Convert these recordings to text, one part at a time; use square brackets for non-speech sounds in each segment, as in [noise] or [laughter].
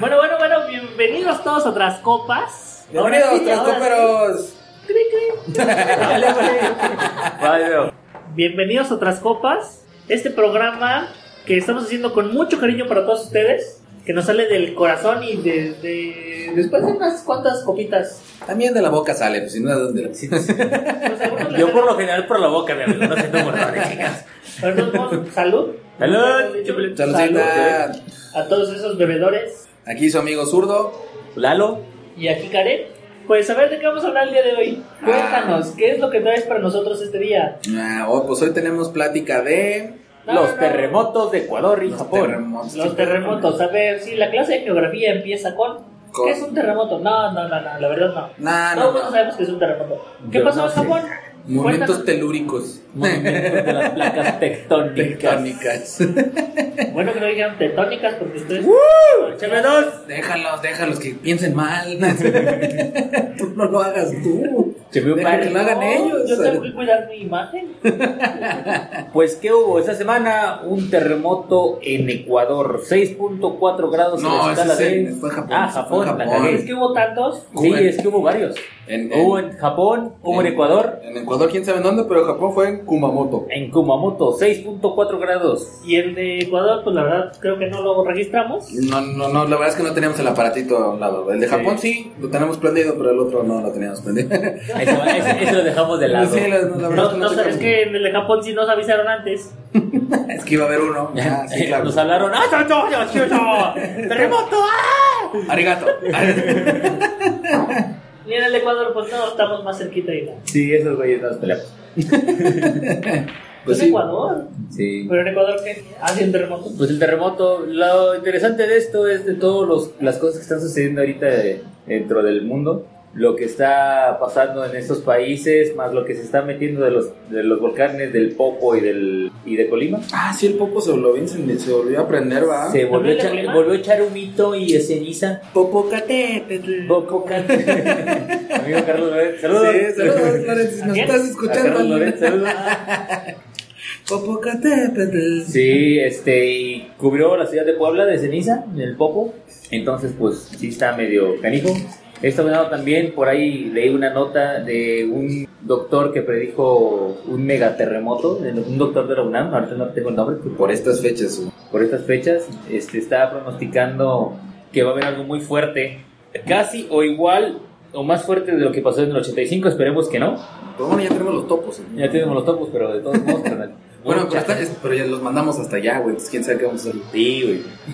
Bueno, bueno, bueno, bienvenidos todos a Tras Copas. Bienvenidos, Ahora sí, tres ahora sí. coperos. Cri, cri. Dale, güey. Bienvenidos a Tras Copas, este programa que estamos haciendo con mucho cariño para todos ustedes, que nos sale del corazón y de, de- después de unas cuantas copitas. También de la boca sale, pues si no, ¿de dónde la- Pues, algunos les [laughs] Yo por sale- lo general por la boca, mi amigo, no siento morrones, chicas. pero de todos modos, salud. Salud. Salud. Saludcita. a todos esos bebedores. Aquí su amigo zurdo. Lalo, Y aquí Karen. Pues a ver de qué vamos a hablar el día de hoy. Cuéntanos, ¿qué es lo que traes para nosotros este día? Ah, oh, pues hoy tenemos plática de No, no, los no. terremotos de Ecuador y los Japón. terremotos. Los terremotos, a ver, si la clase de geografía empieza con Con- ¿Qué es un terremoto? No, no, no, no, la verdad no. Nah, Todo no, el mundo no. sabemos que es un terremoto. ¿Qué Yo pasó no en sé. Japón? Movimientos telúricos. Movimiento de las placas tectónicas. Tectónicas. [laughs] Cuéntanos. Bueno, que no digan tectónicas porque ustedes. Échame dos. déjalos, déjalos que piensen mal. [laughs] tú no lo hagas tú. Se vio Deja que mal. lo hagan ellos. Yo tengo que cuidar mi imagen. Pues, ¿qué hubo? Esta semana un terremoto en Ecuador. 6.4 grados en No, la escala ese es de. en- fue en Japón, Ah, ese fue Japón, en la Japón. cagué. Es que hubo tantos. Sí, es que hubo varios. En- en- Hubo en Japón, hubo en Ecuador, En Ecuador, quién sabe dónde, pero Japón fue en Kumamoto. en Kumamoto, 6.4 grados. Y el de Ecuador, pues la verdad, creo que no lo registramos. No, no, no, la verdad es que no teníamos el aparatito a un lado. El de Sí. Japón sí, lo tenemos prendido, pero el otro no lo teníamos [laughs] prendido. Eso, eso- eso lo dejamos de lado. Sí, [laughs] la, No, la verdad es que no, no sé es que en el de Japón sí nos avisaron antes. cómo- Es que iba a haber [laughs] uno. Ah, sí, claro. Nos hablaron, ¡ah, no, no, no, no! ¡Terremoto! ¡Ah! [laughs] Arigato. Y en el de Ecuador, pues no, estamos más cerquita y nada. Sí, esos güeyes nos peleamos. Pues Pues sí. Ecuador. Sí. Pero en Ecuador, ¿qué? Hace un terremoto. Pues el terremoto, lo interesante de esto es de todas las cosas que están sucediendo ahorita de- dentro del mundo, lo que está pasando en estos países, más lo que se está metiendo de los, de los volcanes del Popo y, del, y de Colima. Ah, sí, el Popo se volvió, incendi- se volvió a prender, ¿va? Se volvió ¿También a, de echar, Colima? volvió a echar humito y ceniza. Popocatépetl. Poco [laughs] Amigo Carlos Loret, saludos. Sí, saludos, Lorenz, nos ¿También? estás A Carlos Loret, escuchando. saludos. [laughs] Popocatépetl. Sí, este, y cubrió la ciudad de Puebla de ceniza, en el Popo. Entonces, pues sí está medio canijo. Esta mañana también por ahí leí una nota de un doctor que predijo un megaterremoto, de un doctor de la UNAM, ahorita no tengo el nombre, Por estas fechas, su- por estas fechas, este, está pronosticando que va a haber algo muy fuerte, casi o igual o más fuerte de lo que pasó en el 85, esperemos que no. Pero bueno, ya tenemos los topos. ¿eh? Ya tenemos los topos, pero de todos modos, carnal. Bueno, pero, Mucha está- es- pero ya los mandamos hasta allá, güey. Entonces, quién sabe qué vamos a hacer. Sí,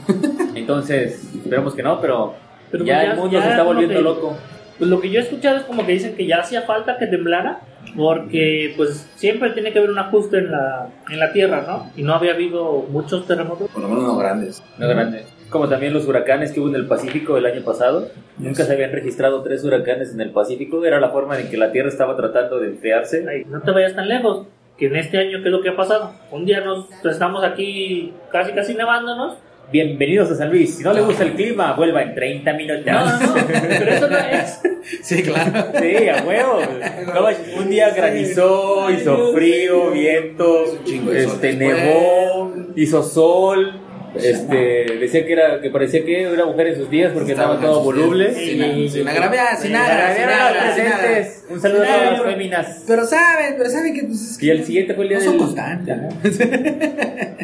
güey. Entonces, esperemos que no, pero, Pero ya pues el mundo se ya está como volviendo que- loco. Pues lo que yo he escuchado es como que dicen que ya hacía falta que temblara, porque pues siempre tiene que haber un ajuste en la, en la tierra, ¿no? Y no había habido muchos terremotos. Por lo menos no grandes. No grande. Como también los huracanes que hubo en el Pacífico el año pasado. Nunca se habían registrado tres huracanes en el Pacífico. Era la forma en que la Tierra estaba tratando de enfriarse. Ay, no te vayas tan lejos, que en este año, ¿qué es lo que ha pasado? Un día nos estamos aquí casi casi nevándonos. Bienvenidos a San Luis. Si no le gusta el clima, vuelva en 30 minutos. No, no, no, pero eso no es. Sí, claro. Sí, a huevo. No, vay- un día granizó, hizo frío, viento, Un chingo de sol este, después. nevó, hizo sol. Este, decía que era que parecía que era mujer en sus días porque estaba todo voluble. Sin, sin agraviar, sin Sin nada, sin Agraviaron a nada, las sin nada. presentes. Un saludo a todas las féminas. Pero saben, pero saben que pues es Y el siguiente fue el día No son del- constantes. Ajá.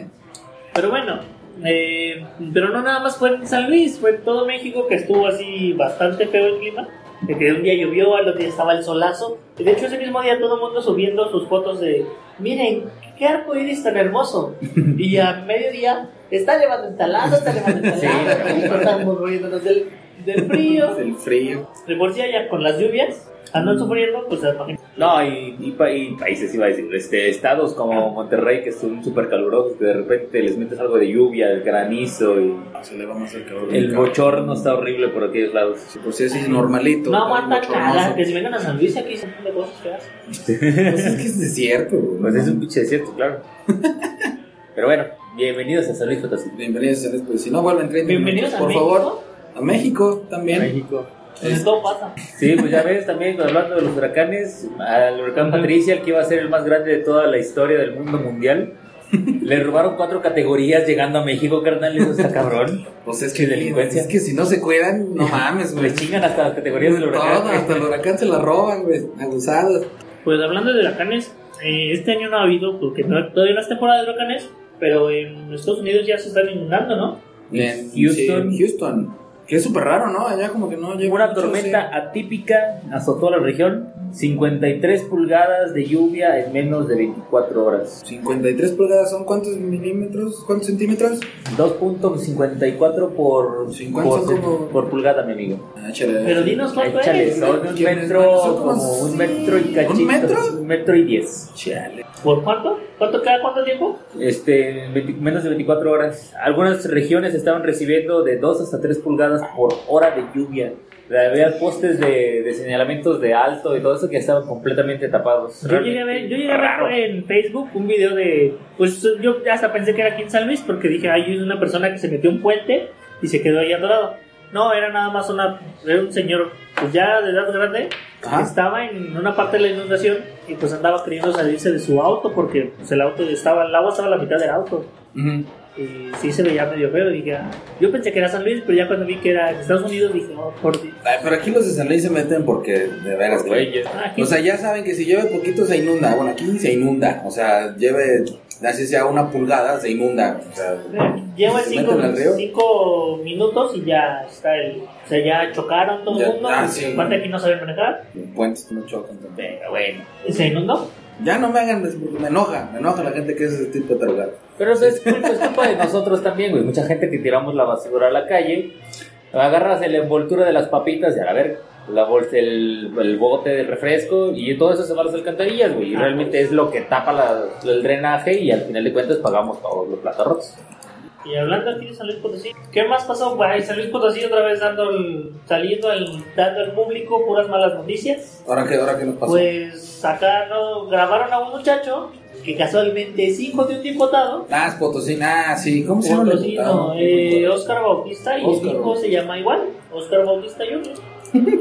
Pero bueno, Eh, pero no nada más fue en San Luis, fue en todo México que estuvo así bastante feo el clima. De que un día llovió, al otro día estaba el solazo. Y de hecho, ese mismo día todo el mundo subiendo sus fotos de: Miren, qué arco iris tan hermoso. Y a mediodía está levantando talado, está [laughs] levantando talado. estamos muriéndonos del, del pues, frío. El frío. De por sí, allá con las lluvias, andan sufriendo, pues imagínate. No, y, y pa- y países iba a decir, este, estados como Monterrey que son súper calurosos, que de repente les metes algo de lluvia, el granizo y Ah, Se le va más el calor. el bochorno está horrible por aquellos lados. Por si es normalito. No aguantan bochornoso. nada. Que si vengan a San Luis aquí, son de cosas feas. [laughs] Pues es que es desierto. güey. Pues es un pinche desierto, claro. [laughs] Pero bueno, bienvenidos a San Luis Potosí. Bienvenidos a pues, si no vuelven 30 Bienvenidos minutos, a por México. favor, a México también. México. Pues todo pasa. Sí, pues ya ves también hablando de los huracanes, al huracán Patricia, el que iba a ser el más grande de toda la historia del mundo [laughs] mundial, le robaron cuatro categorías llegando a México, carnal, eso está cabrón. Pues es Sí, que delincuencia. Es que si no se cuidan, [laughs] no mames, güey. Le chingan hasta las categorías del Todo, hasta el huracán. huracán se la roban, güey. Abusados. Pues hablando de huracanes, eh, este año no ha habido, porque no- todavía no es temporada de huracanes, pero en Estados Unidos ya se están inundando, ¿no? En Houston. sí, Houston. Que es súper raro, ¿no? Allá como que no llega. Este, Una mucho, tormenta atípica azotó la región, 53 pulgadas de lluvia en menos de 24 horas. sí. 53 pulgadas son cuántos milímetros, cuántos centímetros. 2.54 por, 50 son como- por, por pulgada, mi amigo. Ah, chale. Pero dinos cuánto Échale, es. son un ¿Quién es metro, bueno? Son como como un metro y sí, cachito. ¿un metro? Un metro y diez. Chale. ¿Por cuánto? ¿Cuánto cada cuánto tiempo? Este, 20 menos de 24 horas. Algunas regiones estaban recibiendo de 2 hasta 3 pulgadas por hora de lluvia. La- Había postes de, de señalamientos de alto y todo eso que estaban completamente tapados. Yo llegué a ver, yo llegué a ver Raro. en Facebook un video de. Pues yo hasta pensé que era aquí en San Luis, porque dije, hay una persona que se metió a un puente y se quedó ahí atorado. No, era nada más una. Era un señor, pues ya de edad grande, que Ajá. estaba en una parte de la inundación y pues andaba queriendo salirse de su auto porque pues, el auto estaba, el agua estaba a la mitad del auto. Ujú. Y sí se veía medio feo. Dije, ah, yo pensé que era San Luis, pero ya cuando vi que era en Estados Unidos dije, oh, por Dios. Ay, pero aquí los de San Luis se meten porque de veras, güey. Güey, Ah, aquí- O sea, ya saben que si llueve poquito se inunda. Bueno, aquí se inunda. O sea, lleve, así sea una pulgada, se inunda. O sea, Lleva se cinco, meten al río. cinco minutos y ya está el. O sea, ya chocaron todo el Ya- mundo. ah, sí. Aparte aquí no saben manejar. puentes no chocan tampoco. Pero bueno. Se inundó. Ya no me hagan, me enoja, me enoja la gente que es ese tipo de trabajar. Pero eso es culpa, es culpa de nosotros también, güey. Mucha gente que tiramos la basura a la calle, agarras la envoltura de las papitas y a la ver, la bolsa, el, el bote de refresco y todo eso se va a las alcantarillas, güey. Y Ah, pues. realmente es lo que tapa la- el drenaje y al final de cuentas pagamos todos los platos rotos. Y hablando aquí de San Luis Potosí, ¿qué más pasó? Ay, San Luis Potosí otra vez dando el- saliendo al, dando al público puras malas noticias. Ahora que, ahora que nos pasó. Pues acá no grabaron a un muchacho que casualmente es hijo de un diputado. Ah, es Potosí, ah, sí, ¿cómo se llama? Ah, el Potosino, diputado? eh, Oscar Bautista y Óscar el hijo Bautista. se llama igual, Oscar Bautista Jr. [laughs]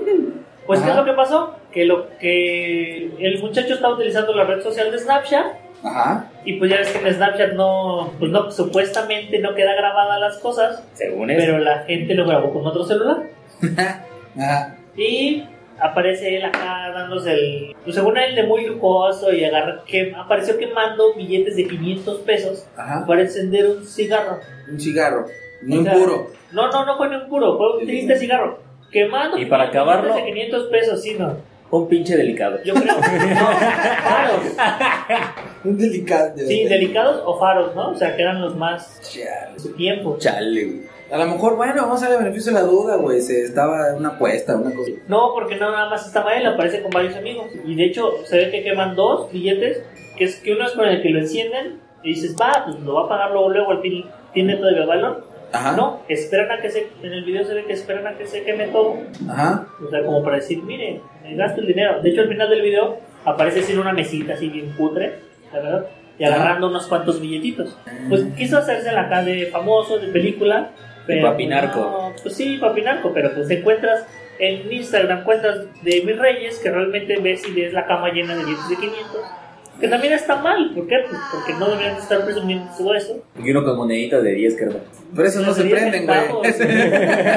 Pues, ¿qué es Ajá. lo que pasó? Que lo que el muchacho estaba utilizando la red social de Snapchat Ajá. y pues ya ves que en Snapchat no, pues no, supuestamente no queda grabada las cosas, Según eso. pero la gente lo grabó con otro celular. Ajá. Y aparece él acá dándose el. pues, según él, de muy lujoso y agarra. que Apareció quemando billetes de 500 pesos Ajá. para encender un cigarro. Un cigarro, ni un O sea, puro. No, no, no fue ni un puro, fue un triste cigarro. Quemando. Y para billetes acabarlo- de 500 pesos, sí, no. Un pinche delicado. Yo creo. No, faros. Un delicado. [laughs] Sí, delicados o faros, ¿no? O sea, que eran los más Chale. de su tiempo. Chale, güey. A lo mejor, bueno, vamos a darle beneficio a la duda, güey. Se estaba una apuesta, una cosa. No, porque no nada más estaba él, aparece con varios amigos. Y de hecho, se ve que queman dos billetes, que es que uno es con el que lo encienden y dices, va, pues lo va a pagar luego, luego, al fin tiene todavía valor. Ajá. No, esperan a que se, en el video se ve que esperan a que se queme todo. Ajá. O sea, como para decir, mire, me gasto el dinero. De hecho, al final del video aparece así en una mesita así bien putre, la verdad, y agarrando unos cuantos billetitos. Pues quiso hacerse la cara de famoso, de película. Pero, papi narco. no, pues sí, papi narco, pero pues te encuentras en Instagram cuentas de mis reyes que realmente ves y ves la cama llena de billetes de 500. Que también está mal, ¿por qué? Pues porque no deberían estar presumiendo todo eso. Y uno con moneditas de 10, carnal. Pero esos no Los se diez prenden, centavos. güey. [laughs]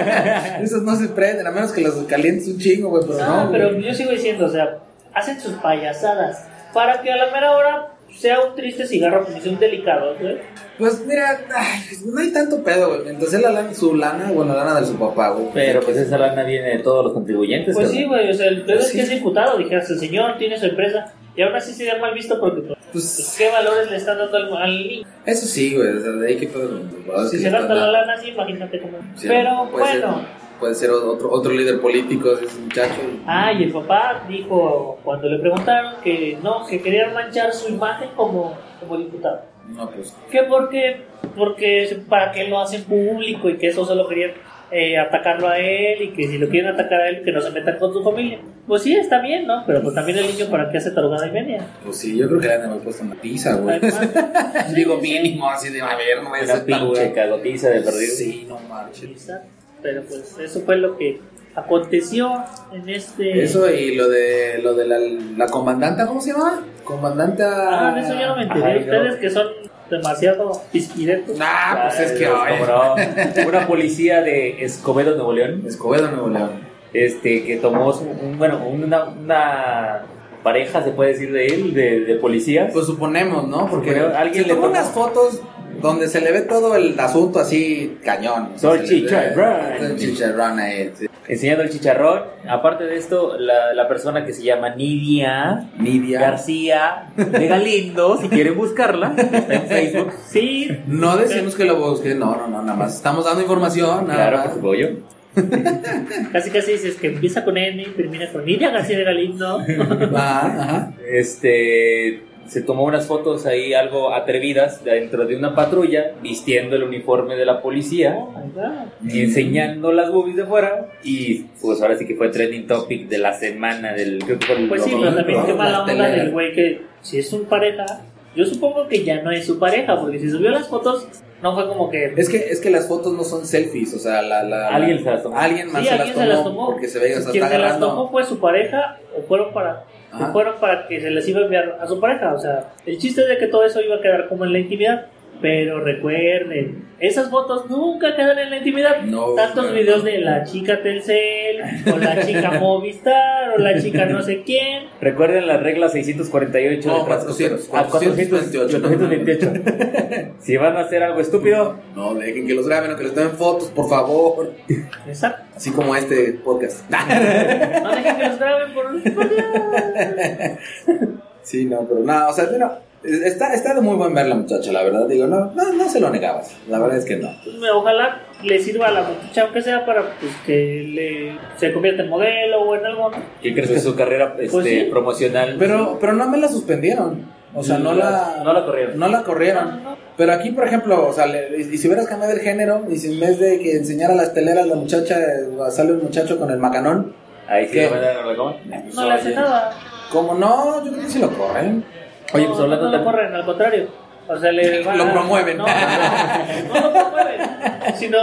esos no se prenden, a menos que los calientes un chingo, güey. Pero No, no. Ah, pero güey. yo sigo diciendo, o sea, hacen sus payasadas para que a la mera hora sea un triste cigarro, porque son delicados, güey. Pues mira, ay, no hay tanto pedo, güey. Entonces la lana, su lana, bueno, la lana de su papá, güey. Pero pues esa lana viene de todos los contribuyentes. Pues cabrón. sí, güey, o sea, el pedo es Sí. que es imputado, dijeras, el señor tiene su empresa, y aún así sería mal visto porque, pues, Pues ¿qué valores le están dando al, al niño? eso sí, güey. O sea, de ahí que pedo con los jugadores Si Ah, se que le gasta están la dando. lana así, imagínate cómo. Sí, Pero puede ser- bueno, puede ser otro, otro líder político, ese muchacho. ah, y el papá dijo, cuando le preguntaron, que no, que querían manchar su imagen como, como diputado. No, pues. ¿Qué por qué? Porque se- para qué lo hacen público y que eso solo querían eh, atacarlo a él y que si lo quieren atacar a él, que no se metan con su familia. Pues sí, está bien, ¿no? Pero pues también el niño, ¿para qué hace tarugada y media? Pues sí, yo creo que le han de haber puesto una pizza, güey. Además, Ah, sí, Pues, [laughs] Digo, sí. mínimo, así de, a ver, no voy a Una ser tan pinche güey. cagotiza de perdido. Sí, no marches. Exacto. Pero pues eso fue lo que aconteció en este... Eso y lo de, lo de la, la comandanta, ¿cómo se llama? Comandanta. Ah, de eso yo no me enteré. Ay, no. Ustedes que son demasiado pispiretos. Ah, pues es que. Ay, ay, cómo no. Una policía de Escobedo, Nuevo León, Escobedo Nuevo León. este, que tomó su- un- bueno, una, una pareja, se puede decir, de él, de, de policías. Pues suponemos, ¿no? Porque Suponemos, alguien se le tomó tomó. unas fotos donde se le ve todo el asunto así cañón. Salchicharrón. Son chicharrón ahí. sí. enseñando el chicharrón. Aparte de esto, la, la persona que se llama Nidia Nidia. García de Galindo, si quieren buscarla, está en Facebook. Sí, No decimos que lo busquen, no, no, no, nada más. Estamos dando información, nada Claro, por más. supuesto. yo. casi casi dices que empieza con N y termina con Nidia García de Galindo. Ah, ajá. Este se tomó unas fotos ahí algo atrevidas dentro de una patrulla, vistiendo el uniforme de la policía, Oh my God. Mm. y enseñando las boobies de fuera. Y pues ahora sí que fue trending topic de la semana del. Creo que fue el Pues sí, domingo. pero también qué mala onda Pastelera. del güey que si es un pareja, yo supongo que ya no es su pareja, porque si subió las fotos, no fue como que... Es que, es que las fotos no son selfies, o sea, la, la, la- Alguien se las tomó. Alguien más Sí, se, las alguien tomó se las tomó. Porque se ve, o sea, Quien está se las tomó agarrando. fue su pareja o fueron para o Ajá. fueron para que se les iba a enviar a su pareja. O sea, el chiste es de que todo eso iba a quedar como en la intimidad. Pero recuerden, esas fotos nunca quedan en la intimidad. Oh, No, Tantos claro. videos de la chica Telcel, o la [laughs] chica Movistar, o la chica no sé quién. Recuerden la regla 648 No, de tráfico. 400, Ah, 428, 428. [laughs] si van a hacer algo estúpido, No, dejen que los graben o que les tomen fotos, por favor. Exacto. Así como este podcast. No dejen que los graben por un Sí, no, pero nada, o sea, bueno, está, está de muy buen ver la muchacha, la verdad. Digo, no, no, no se lo negabas. La verdad es que no. Ojalá le sirva a la muchacha, aunque sea para pues, que le, se convierta en modelo o en algo. ¿no? ¿qué crees que su carrera este, sí. promocional? Pues Pero, pero no me la suspendieron. O sea, no la, no la corrieron. no la corrieron. Pero aquí, por ejemplo, o sea, le- y, y si hubieras cambiado el género, y si en vez de que enseñara las teleras la muchacha, eh, sale un muchacho con el macanón. Ahí sí ¿Qué? le van a dar la coma. No le hace nada. Como no, yo creo que sí lo corren. Oye, pues No, hablando no lo también- corren, al contrario. O sea, le van [laughs] Lo a- promueven. No, no, no, no lo promueven. Sino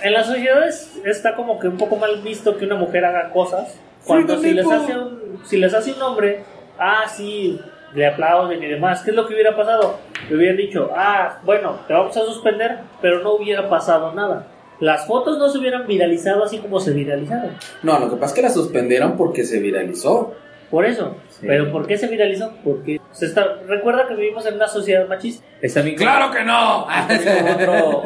en las sociedades está como que un poco mal visto que una mujer haga cosas. Cuando Freedom si les, nipple. hace un, si les hace un hombre, ah, sí, le aplauden y demás. ¿Qué es lo que hubiera pasado? Le hubieran dicho, ah, bueno, te vamos a suspender, pero no hubiera pasado nada. Las fotos no se hubieran viralizado así como se viralizaron. No, lo que pasa es que la suspendieron porque se viralizó. Por eso. Sí. ¿Pero por qué se viralizó? Porque se está... recuerda que vivimos en una sociedad machista. Es también como- ¡Claro que no! otro,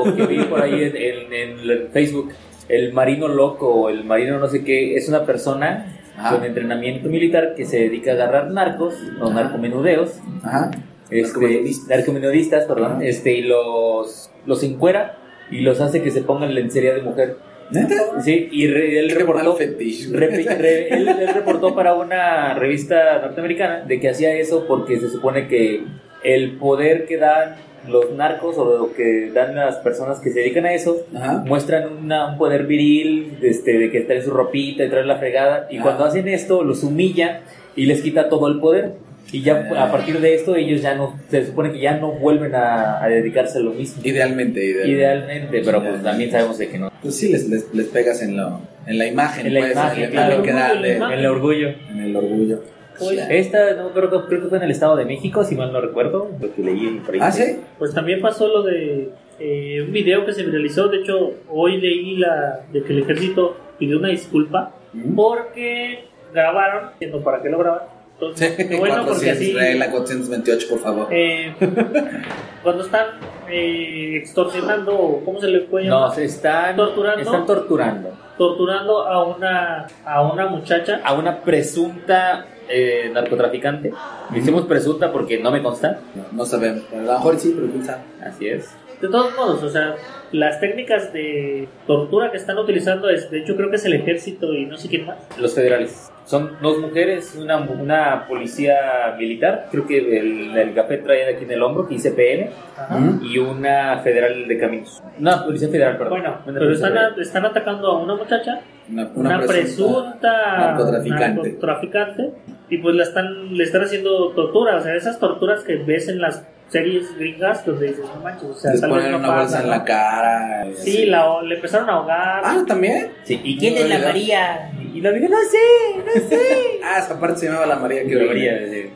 otro que vi por ahí en, en- en el Facebook, el marino loco, o el marino no sé qué, es una persona Ajá. con entrenamiento militar que se dedica a agarrar narcos o Ajá. narcomenudeos, Ajá. este, Ah. Narcomenudistas. Ah. narcomenudistas, perdón, Ajá. este, y los, los encuera y los hace que se pongan lencería de mujer. ¿Neta? Sí, y re- él Qué mal reportó, fetiche. Repi- re- él, él reportó para una revista norteamericana de que hacía eso porque se supone que el poder que dan los narcos o lo que dan las personas que se dedican a eso Ajá. muestran una- un poder viril este, de que traen su ropita y traen la fregada y Ah. cuando hacen esto los humilla y les quita todo el poder y ya Ah. a partir de esto ellos ya no se supone que ya no vuelven a, a dedicarse a lo mismo Idealmente, idealmente. idealmente pero pues también sabemos de que no Pues sí, les, les, les pegas en, lo, en la imagen, En la pues, imagen, en la imagen claro. que da de- Ah. el orgullo en el orgullo. Oye, Esta, no creo que, creo que fue en el Estado de México, si mal no recuerdo, lo que leí en ¿Ah, sí? Pues también pasó lo de eh, un video que se viralizó. De hecho, hoy leí la, de que el ejército pidió una disculpa Mm. porque grabaron, no para qué lo graban, Entonces, [laughs] qué bueno, porque así. regla 428, por favor. eh, cuando están eh, extorsionando, o ¿cómo se le puede llamar? No, se están ¿Torturando? están torturando Torturando a una, a una muchacha. a una presunta eh, narcotraficante. Hicimos presunta porque no me consta. No sabemos. A lo mejor sí, pero quién sabe. Así es. De todos modos, o sea, las técnicas de tortura que están utilizando es, de hecho, creo que es el ejército y no sé quién más. Los federales. Son dos mujeres, una, una policía militar, creo que el, el café trae aquí en el hombro, que dice PM, Ujú. y una federal de caminos. Una policía federal, perdón. Bueno, Una pero policía están, federal. están atacando a una muchacha, Una, una, presunta narcotraficante. narcotraficante, y pues la están, le están haciendo tortura, o sea, esas torturas que ves en las series gringas donde dices, no manches, o sea, Les tal vez ponen no una bolsa pasa, en la ¿no? cara. y Sí, así. la, le empezaron a ahogar. Ah, ¿también? Sí, ¿Y quién No, es la ya. María? Y la Virgen, no sé, no sé. Ah, esa parte se llamaba la María. Que que debería decir.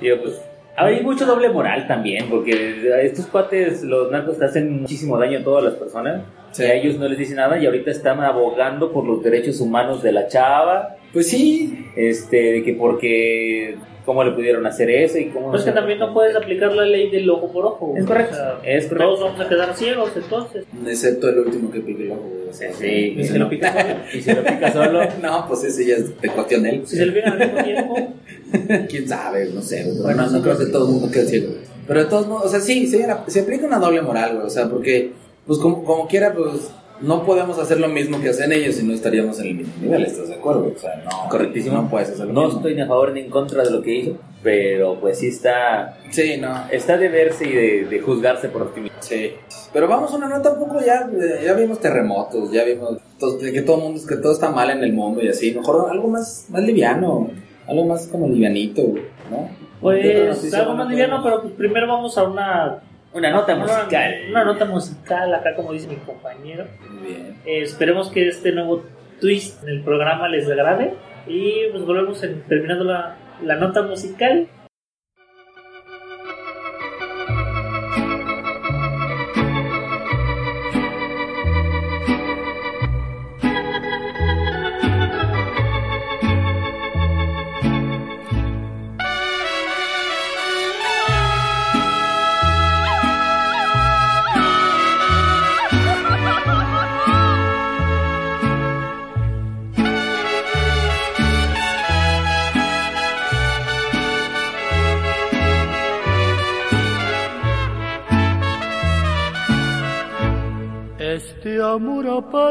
Digo, pues. A ver, hay mucho doble moral también, porque a estos cuates, los narcos, te hacen muchísimo daño a todas las personas. Sí. Y a ellos no les dice nada y ahorita están abogando por los derechos humanos de la chava, Pues sí. este, de que porque, cómo le pudieron hacer eso y cómo... Pues que también no puedes aplicar la ley del ojo por ojo. Es correcto, o sea, es Todos correcto. vamos a quedar ciegos entonces. Excepto el último que pidió el ojo, güey, o Sí, sea, sí, y ese se lo no. pica solo, [laughs] y se lo pica solo. No, pues ese ya es de cuestión de él. Si se le vienen al mismo [laughs] tiempo, Quién sabe, no sé. güey, Bueno, no creo que todo el mundo quede ciego. güey. Pero de todos modos, o sea, sí, se, se aplica una doble moral, güey. O sea, porque, pues como, como quiera, pues no podemos hacer lo mismo que hacen ellos y no estaríamos en el mismo nivel, ¿estás de acuerdo? güey? O sea, no. Correctísimo. No puedes hacer lo No mismo. estoy ni a favor ni en contra de lo que hizo, pero pues sí está, Sí, no. está de verse y de, de juzgarse por optimismo. Sí. Pero vamos a una nota un poco ya, eh, ya vimos terremotos, ya vimos to- de que todo el mundo, que todo está mal en el mundo y así. Mejor algo más, más liviano, algo más como livianito, ¿no? Otra pues noticia, algo ¿no? más liviano, pero pues primero vamos a una, Una nota una- musical. Una, nota musical, acá como dice mi compañero. Muy bien. Eh, esperemos que este nuevo twist en el programa les agrade. Y pues volvemos en- terminando la, la nota musical. Este amor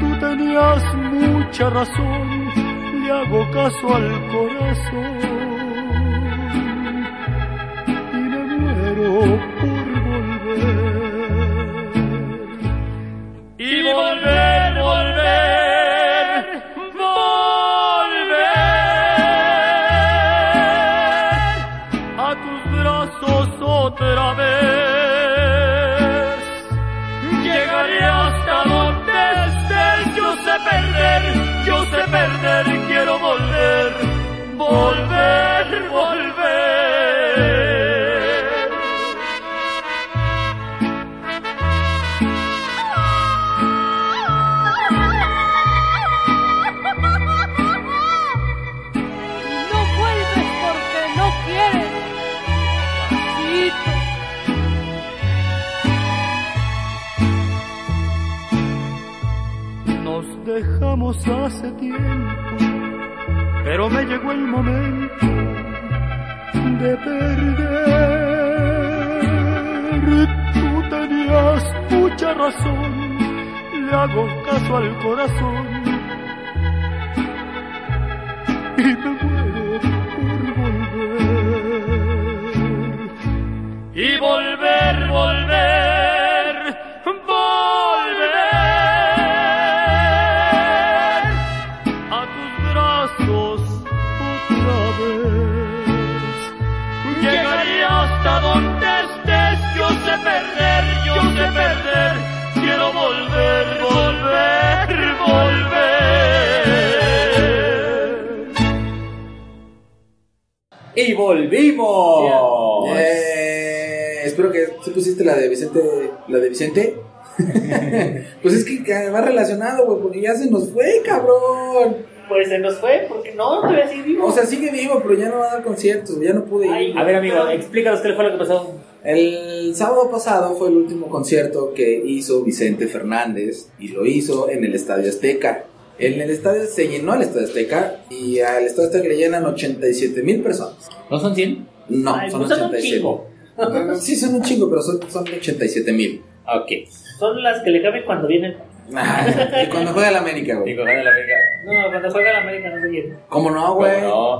Tú tenías mucha razón, le hago caso al corazón y me muero por volver. Y volver, volver, volver a tus brazos otra vez. Llegaré hasta donde estés, yo sé perder, yo sé perder, quiero volver, volver, volver. No vuelves porque no quieres. Pasito. Nos dejamos hace tiempo, pero me llegó el momento de perder. Tú tenías mucha razón, le hago caso al corazón y me muero por volver. Y volver, volver, volver a tus brazos otra Y volvimos. Eh, espero que sí pusiste la de Vicente. La [laughs] de Vicente. pues es que ca- va relacionado, güey, porque ya se nos fue, cabrón. Pues se nos fue, porque no, todavía sí vivo. O sea, sigue vivo, pero ya no va a dar conciertos, ya no pude ir. Ay. A ver, amigo, explícanos qué fue lo que pasó. El sábado pasado fue el último concierto que hizo Vicente Fernández y lo hizo en el Estadio Azteca. En el estadio se llenó el Estadio Azteca y al Estadio Azteca le llenan 87 mil personas. ¿No son 100? No, Ay, son pues son un 87. chingo. Mm, sí, son un chingo, pero son, son 87 mil. Ah, Ok. Son las que le caben cuando vienen. Ah. y cuando juega el América, güey. Digo, gana la verga. No, cuando juega la América no se llena. ¿Cómo no, ¿Cómo Ah, güey? no?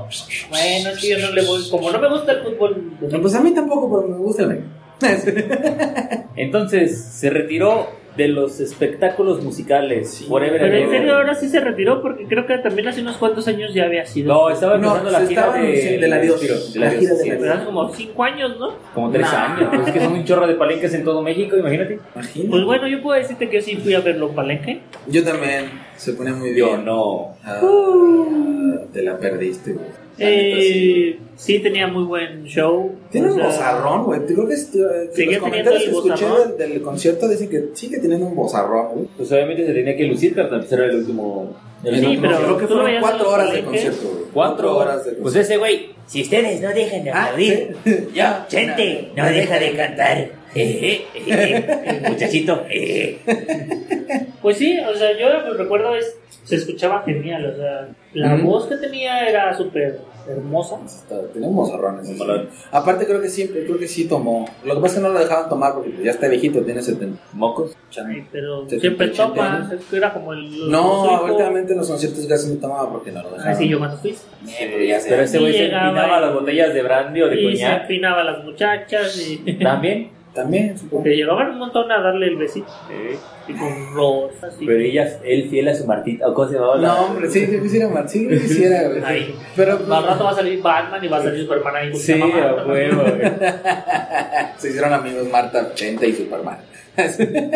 Bueno, es que yo no le voy. Como no me gusta el fútbol. No, Pues a mí tampoco, pero me gusta el América. Entonces, se retiró de los espectáculos musicales. Forever Pero and en ever. serio ahora sí se retiró porque creo que también hace unos cuantos años ya había sido. No, estaba empezando No, la se gira estaba de, anunciando- del adiós. Del La adiós, gira del sí, adiós. Pero hace como 5 años, ¿no? Como tres Nah. años. pues es que son un chorro de palenques en todo México, imagínate. Pues Imagínate. bueno, yo puedo decirte que yo sí fui a verlo en Palenque. Yo también. Se pone muy bien. Yo no. Ah, te la perdiste, güey. La neta, sí. Uh. Eh, sí, tenía muy buen show. Tiene O un sea, bozarrón, güey. Creo que, es- que Sigue los comentarios que teniendo el escuché bozarrón. del, del concierto dicen que sigue teniendo un bozarrón, güey. Pues obviamente se tenía que lucir para alcanzar el último. El Sí, último. pero creo que tú lo fueron veías en cuatro los horas de palenques. concierto, güey. Cuatro horas. horas de Pues concierto. ese güey. Si ustedes no dejan de Ah, aplaudir, sí. ya. gente no deja de cantar. Eh, eh, eh, eh, muchachito, eh. Pues sí, o sea, yo lo que recuerdo es. Se escuchaba genial, o sea, la Ujú. voz que tenía era súper hermosa. Está- Tenía un bozarrón ese. Bozarrón. Aparte, creo que siempre, creo que sí tomó. Lo que pasa es que no lo dejaban tomar porque pues, ya está viejito, tiene 70. Mocos. Ay, pero Setenta, siempre ochenta topa, años. es que era como el. No, los hijos. últimamente en los conciertos casi no tomaba porque no lo dejaban. Así Ah, yo cuando fui. Pero ese güey se llegaba empinaba y- las botellas de brandy o de Y se coñac. empinaba a las muchachas y. [laughs] También. También, supongo. Porque llegaban un montón a darle el besito. Y con rosas y. Pero ella, él fiel a su Martita. ¿O cómo se llamaba? la- No, hombre, sí, yo quisiera, Mar- sí, [laughs] yo quisiera, güey. Ay. Pero pues, Al rato va a salir Batman y va a salir Superman ahí. con Sí, la mamá. [laughs] a huevo. güey. se hicieron amigos Marta, Chente y Superman.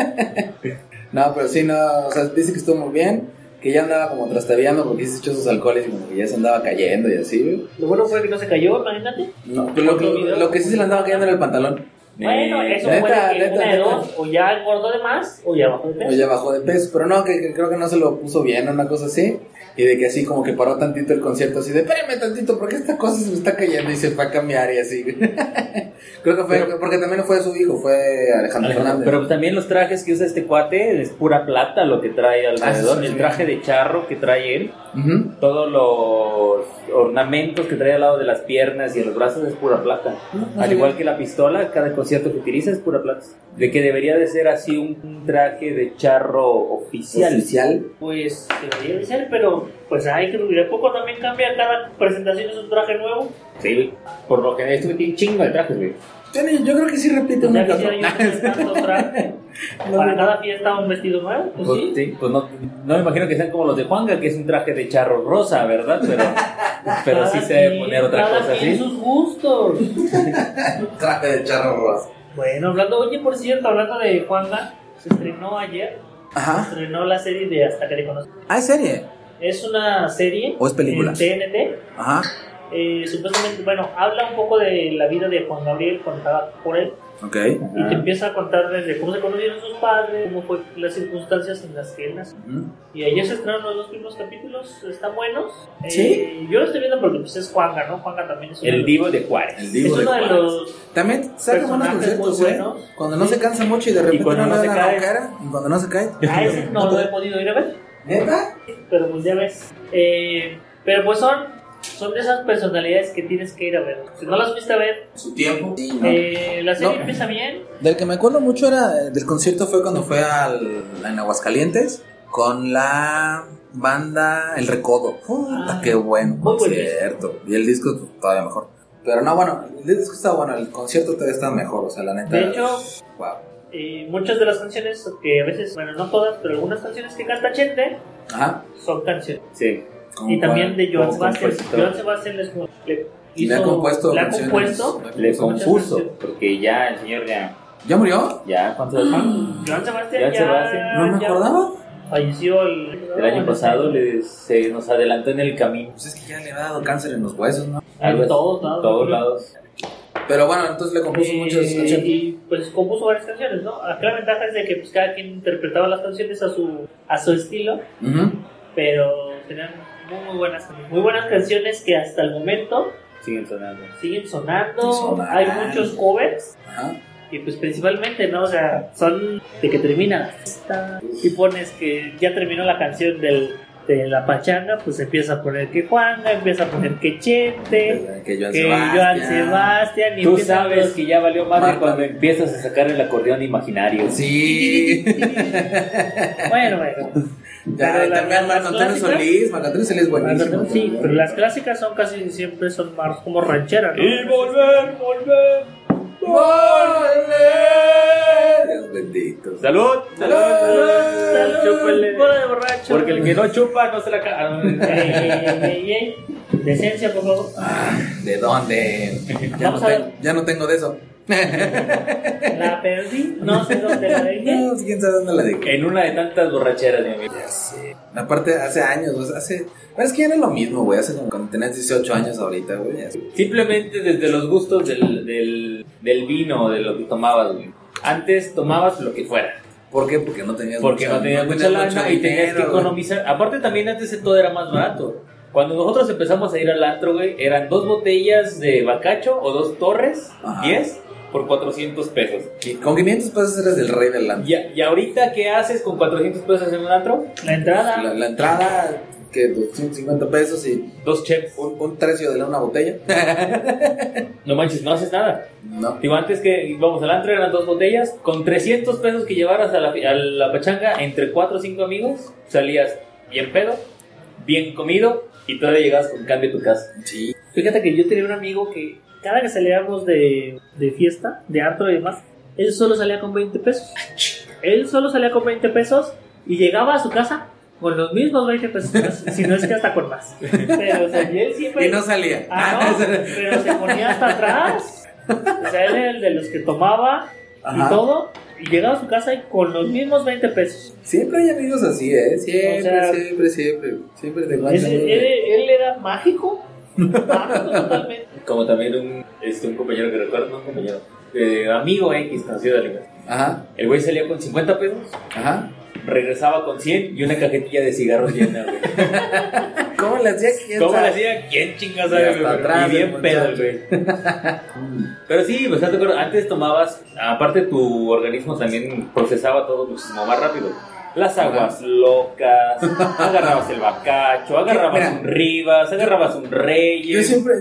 [laughs] no, pero sí, no, o sea, dice que estuvo muy bien, que ya andaba como trastabiando porque se echó sus alcoholes y como que ya se andaba cayendo y así, güey. [laughs] Lo bueno fue que no se cayó, imagínate. No, pero lo, que- lo que sí se le andaba cayendo era el pantalón. Bueno, Eh, eso neta, fue de que neta, una de neta. dos, o ya engordó de más, o ya bajó de O peso. ya bajó de peso, pero no, que, que creo que no se lo puso bien o una cosa así. Y de que así como que paró tantito el concierto, así de, espérame tantito, porque esta cosa se me está cayendo y se va a cambiar y así. [laughs] creo que fue, porque también no fue su hijo, fue Alejandro Fernández. Pero también los trajes que usa este cuate es pura plata lo que trae alrededor. sí, sí, el sí. traje de charro que trae él, Ujú. todos los ornamentos que trae al lado de las piernas y en los brazos es pura plata. al sabía. igual que la pistola, cada concierto que utiliza es pura plata. De que debería de ser así un, un traje de charro oficial. Oficial. Pues debería de ser, pero pues hay que de poco también cambia cada presentación es un traje nuevo. Sí, güey. por lo que esto tiene un chingo de trajes, güey. Tiene- Yo creo que sí repite Ya una quisiera yo tener tanto traje. Para [laughs] no. cada fiesta un vestido nuevo, pues Pues, sí. sí, pues no, no me imagino que sean como los de Juanga, que es un traje de charro rosa, ¿verdad? [laughs] Pero, pero sí Cada se debe quien- poner otra cada cosa quien así. sus gustos. Traje de charro rosa. bueno, hablando, oye, por cierto, hablando de Juanga, se estrenó ayer, se Ajá. estrenó la serie de Hasta que te conozco. Ah, ¿es serie. Es una serie ¿O es película? en TNT. Ajá. Eh, supuestamente, bueno, habla un poco de la vida de Juan Gabriel contada por él Ok. y Ah. te empieza a contar desde cómo se conocieron sus padres, cómo fue las circunstancias en las que él nació. Y ayer se estrenaron los dos primeros capítulos, están buenos. Eh, ¿Sí? Yo lo estoy viendo porque pues, es Juanga, ¿no? Juanga también es uno El de divo de Juárez. El los- divo es de uno de Juárez. los. También saca buenos personajes conciertos, muy ¿eh? buenos. Cuando no se cansa mucho y de repente cuando no, no le se dan cae. la cara. Y cuando no [laughs] se cae. A ese ah, no [laughs] lo he podido ir a ver, ¿Neta? pero pues ya ves. Eh, pero pues son. Son de esas personalidades que tienes que ir a ver. Si no las fuiste a ver, Su tiempo. Sí, no. eh, la serie No. empieza bien. Del que me acuerdo mucho era del concierto fue cuando fue al, en Aguascalientes con la banda El Recodo. Puta, Ah, qué buen muy buen concierto. Y el disco pues, todavía mejor. Pero no, bueno, el disco está bueno, el concierto todavía está mejor, o sea, la neta. De hecho, wow. Y muchas de las canciones que a veces, bueno, no todas, pero algunas canciones que canta Chente Ajá. son canciones. Sí. como Y también de Joan como Sebastián. compositor. Joan Sebastián les, le, cual- le ha hizo- compuesto. le ha canciones. compuesto. Le compuso, canciones. porque ya el señor ya. ¿Ya murió? ya ¿Cuánto de Joan Sebastián Joan ya. Sebastián. No me ya- acordaba. falleció el, El año pasado le- se nos adelantó en el camino. Pues es que ya le ha dado cáncer en los huesos, ¿no? En Algo así. todos lados. En todos lados. Pero bueno, entonces le compuso muchas Eh, canciones. Y pues compuso varias canciones, ¿no? Acá la ventaja es de que pues, cada quien interpretaba las canciones a su, a su estilo, Ujú. pero tenían muy, muy buenas canciones. Muy buenas canciones que hasta el momento Siguen sonando. siguen sonando. Sonando. Hay muchos covers. Ajá. Y pues principalmente, ¿no? O sea, son de que termina esta, y pones que ya terminó la canción del, de la pachanga, pues empieza a poner que Juanga, empieza a poner que Chente, Que Joan que Sebastián. Joan Sebastián, y Tú empiezan sabes los- que ya valió madre Marco. cuando empiezas a sacar el acordeón imaginario. [laughs] Sí. Bueno, bueno. Ya, y la- las también Marco Antonio clásicas- Solís. Marco Antonio Solís es buenísimo. Sí, pero las clásicas son casi siempre son más como rancheras, ¿no? volver, volver. Dios bendito. Salud, salud, salud. Chúpale. Bola de borracho. Porque el que no chupa no se [laughs] la Ey, caga. ey, ey, ey. Decencia, por favor. Ah, ¿De dónde? Ya no, Vamos a tengo, ver. ya no tengo de eso. La perdí, no sé dónde la dejé. No, quién sabe dónde la dejé. En una de tantas borracheras, mi amigo. Aparte, hace años, o sea, hace. Pero es que ya no es lo mismo, güey. Hace como cuando tenías 18 años ahorita, güey. ya es- Simplemente desde los gustos del, del, del vino, de lo que tomabas, güey. Antes tomabas lo que fuera, ¿Por qué? Porque no tenías porque mucho- no tenías mucha lana mucho y tenías que dinero, güey. economizar. Aparte también antes todo era más barato. Cuando nosotros empezamos a ir al antro, güey, eran dos botellas de bacacho o dos torres, Ajá. 10 por 400 pesos. Que Con 500 pesos eres el rey del antro. Y, y ahorita, ¿qué haces con 400 pesos en un antro? La entrada. La, la entrada, que 250 pesos y Dos cheps. un, un tercio de la- una botella. No manches, no haces nada. No. Digo, antes que íbamos al antro eran dos botellas. Con 300 pesos que llevaras a la, a la pachanga entre cuatro o cinco amigos, salías bien pedo, bien comido y todavía llegabas con cambio a tu casa. Sí. Fíjate que yo tenía un amigo que cada que salíamos de, de fiesta, de antro y demás, él solo salía con 20 pesos. Ah, Él solo salía con 20 pesos y llegaba a su casa con los mismos 20 pesos, si no es que hasta con más. Pero o sea, y él siempre... Y no salía. [laughs] Ah, no, pero se ponía hasta atrás. O sea, él era el de los que tomaba Ajá. y todo. Y llegaba a su casa y con los mismos 20 pesos. Siempre hay amigos así, ¿eh? Siempre, O sea- siempre, siempre. Siempre te Ese- encuentras. él, él era mágico. Mágico totalmente. Como también un, este, un compañero que recuerdo, no un compañero, eh, amigo X, conocido de alguien. Ajá, El güey salía con 50 pesos, ajá. regresaba con 100 y una cajetilla de cigarros llena, güey. ¿Cómo le hacía? ¿Quién ¿Cómo le sabe? hacía? ¿Quién chingas Y sabe, hasta güey? atrás Y bien el pedo, el muchacho. [laughs] güey. Pero sí, o sea, te acuerdo, antes tomabas, aparte tu organismo también procesaba todo muchísimo más rápido. Las [laughs] aguas locas, agarrabas el bacacho, agarrabas Mira. un Rivas, agarrabas un Yo Reyes. siempre,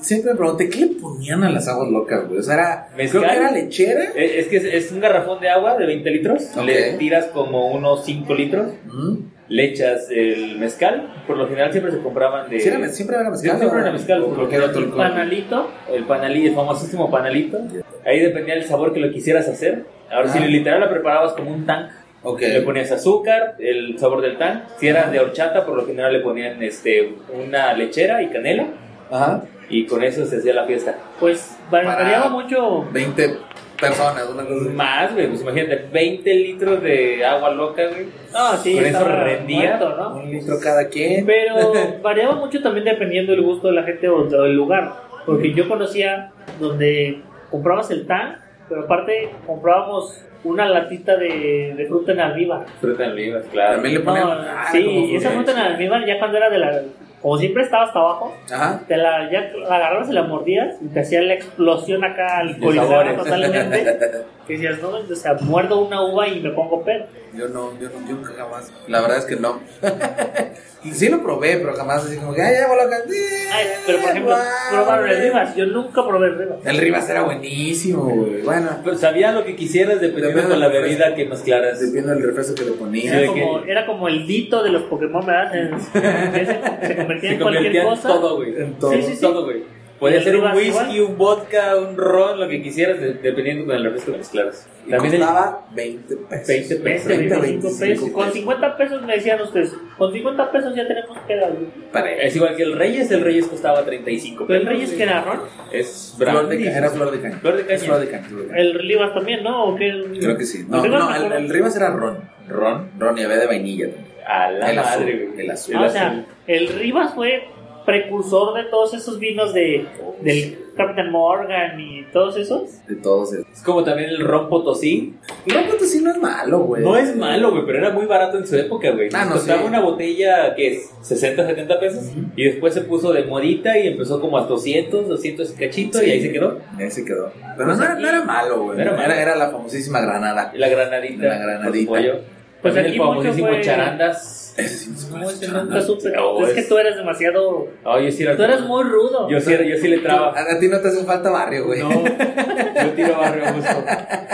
siempre me pregunté, ¿qué le ponían a las aguas locas, güey? O sea, era, ¿Mezcal? creo que era lechera. Eh, Es que es, es un garrafón de agua de 20 litros, Ok. le tiras como unos 5 litros, Mm. le echas el mezcal, por lo general siempre se compraban de... Sí, era, siempre era mezcal. siempre ¿no? era mezcal, ¿O porque qué era otro Un alcohol? panalito. El panalito, el famosísimo panalito. Ahí dependía del sabor que lo quisieras hacer. Ahora, si Ah. literal la preparabas como un tank, Ok. le ponías azúcar, el sabor del tank. Si era de horchata, por lo general le ponían este, una lechera y canela. Ajá. Y con eso se hacía la fiesta. Pues variaba mucho. 20 personas, una cosa así. Más, güey, pues imagínate, 20 litros de agua loca, güey. Ah, sí, Con eso estaba rendía. muerto, ¿no? Un litro cada quien. Pero variaba mucho también dependiendo del gusto de la gente o del lugar. Porque yo conocía donde comprabas el tan, pero aparte comprábamos una latita de, de fruta en almíbar. Fruta en olivas, claro. También le No, ponían. ah, como sí, esa fruta. fruta en almíbar ya cuando era de la... Como siempre estaba hasta abajo, Ajá. te la, ya la agarrabas y la mordías y te hacía la explosión acá alcoholizada [laughs] sabores. totalmente. Que decías, no, o sea, muerdo una uva y me pongo pedo. Yo no, yo no, yo nunca jamás. La verdad es que no. [laughs] sí lo probé, pero jamás así como que, ay, ya, boloca. Ay, pero por [laughs] ejemplo, probaron el Rivas. Yo nunca probé el Rivas. El Rivas era buenísimo, güey. Bueno, Pero Pues, sabía lo que quisieras dependiendo Depende con la del bebida que mezclaras. dependiendo del refresco que le ponía. Sí. Era como, era como el dito de los [laughs] Pokémon, ¿verdad? En- en- Se, convertía Se en cualquier convertía en cosa. todo, güey. En todo. Sí, sí, sí. Todo, güey. Podría ¿Y ser un uvas whisky, igual? un vodka, un ron, lo que quisieras, de- dependiendo con el refresco que mezclaras. Y También el costaba 20 pesos. 20 pesos. 20, 25 25 pesos. Con 50 pesos me decían ustedes, con 50 pesos ya tenemos peda. güey. Para él. Es igual que el Reyes, el Reyes costaba 35 Pero pesos. el Reyes que era ron, Es Flor de brandy. caña, era flor de caña. Flor de caña. Es Flor de caña. flor de caña. el Rivas también, ¿no? ¿O qué? Creo que sí. ¿Los No, Rivas no, me el, acuerdo? el Rivas era ron. Ron. Ron y había de vainilla. A la El azul, madre, güey. el azul. Ah, o sea, el Rivas fue precursor de todos esos vinos de del Captain Morgan y todos esos. De todos. esos. Es como también el ron potosí. Ron Potosí no es malo, güey. No es malo, güey, pero era muy barato en su época, güey. Pues, Ah, Nos no, costaba sí. una botella, ¿qué es? 60, 70 pesos. Y después se puso de modita y empezó como a 200, 200 y cachito y ahí se quedó. Y ahí se quedó. Pero no, era, no era malo, güey. No era Era, malo. era la famosísima granada. Y la granadita. La granadita. con su pollo. Pues También aquí el mucho famosísimo fue- charandas. Ese sí no se No, ese parece nunca supe. No, es, es- que tú eres demasiado. Ay, yo sí era- Tú eres muy rudo. Yo sí, era- yo sí le traba. A, a ti no te hace falta barrio, güey. No, yo tiro barrio a gusto. como,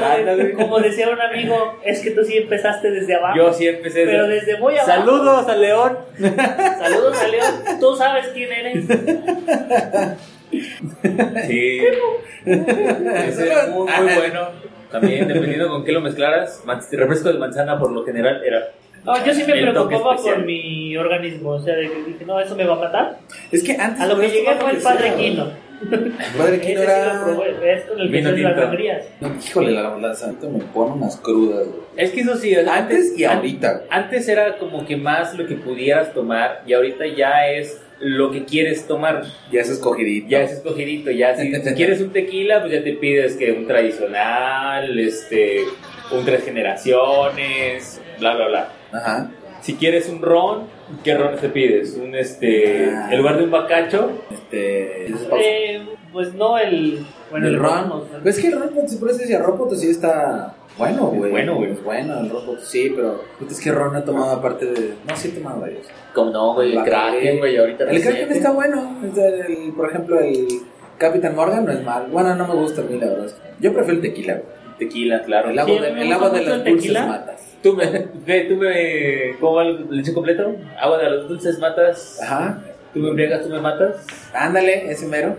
Charanda, de- güey. como decía un amigo, es que tú sí empezaste desde abajo. Yo sí empecé. pero desde muy abajo. Saludos a León. Saludos a León. Tú sabes quién eres. [laughs] Sí. Ese era muy, Ah. muy bueno. También, dependiendo con qué lo mezclaras, man- refresco de manzana por lo general era. No, yo sí me El toque preocupaba especial. por mi organismo. O sea, de que dije, no, eso me va a matar. Es que antes. A lo que podías llegué tomar fue el que padre sea, güey. Quino. El padre Ese Quino sí era. lo probé. Es con el que Vino se hace las tinto. sangrías. No, híjole, la verdad, santo me pone unas crudas, güey. Es que eso sí, antes, Antes y an- ahorita. Antes era como que más lo que pudieras tomar y ahorita ya es lo que quieres tomar. Ya es escogidito. Ya es escogidito, ya si, si quieres un tequila, pues ya te pides que un tradicional, este, un tres generaciones, bla, bla, bla. Ajá. Si quieres un ron, ¿qué ron te pides? Un este, Ah. en lugar de un bacacho, Este. es- Eh, pues no el. Bueno, el Ramos, ron. Pues ¿no? Ves que el ron, si por eso decía, ron Potosí pues está bueno, Es güey. bueno, güey. Es bueno, el ron Potosí, pero. puta, Es que ron ha tomado aparte de. No, sí he tomado varios. Como no, güey, el La cagué. Kraken, güey, ahorita El Kraken reciente. está bueno. o sea, el- por ejemplo, el Capitán Morgan no es mal. Bueno, no me gusta a mí, la verdad. es que Yo prefiero el tequila, güey. Tequila, claro. El agua, Sí, a mí de, me el gusta agua de mucho el las dulces tequila. matas. ¿Tú me, ve, tú me, ¿cómo va el leche completo? Agua de los dulces matas. Ajá. Tú me embriagas, tú me matas. Ándale, [laughs] ese mero.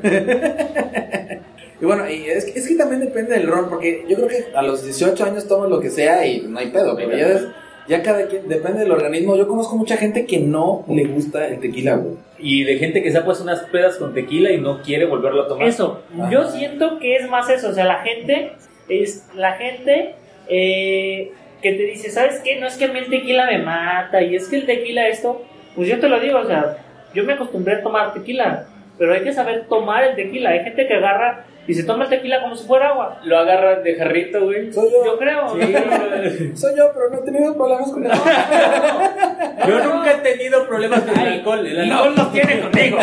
y bueno, y es, que- es que también depende del ron, porque yo creo que a los 18 años tomas lo que sea y no hay pedo, pero ya, es- ya cada quien, depende del organismo. Yo conozco mucha gente que no le gusta el tequila, güey. Y de gente que se ha puesto unas pedas con tequila y no quiere volverlo a tomar. Eso, yo siento que es más eso, o sea, la gente, es la gente eh, que te dice, ¿sabes qué? No es que a mí el tequila me mata y es que el tequila esto, pues yo te lo digo, o sea, yo me acostumbré a tomar tequila, pero hay que saber tomar el tequila, hay gente que agarra y se toma el tequila como si fuera agua, Lo agarran de jarrito, güey. Soy yo yo, creo. soy yo, pero no he tenido problemas con [laughs] el ron. Yo nunca he tenido problemas con el Ay, alcohol. El alcohol los [laughs] [laughs] tiene conmigo.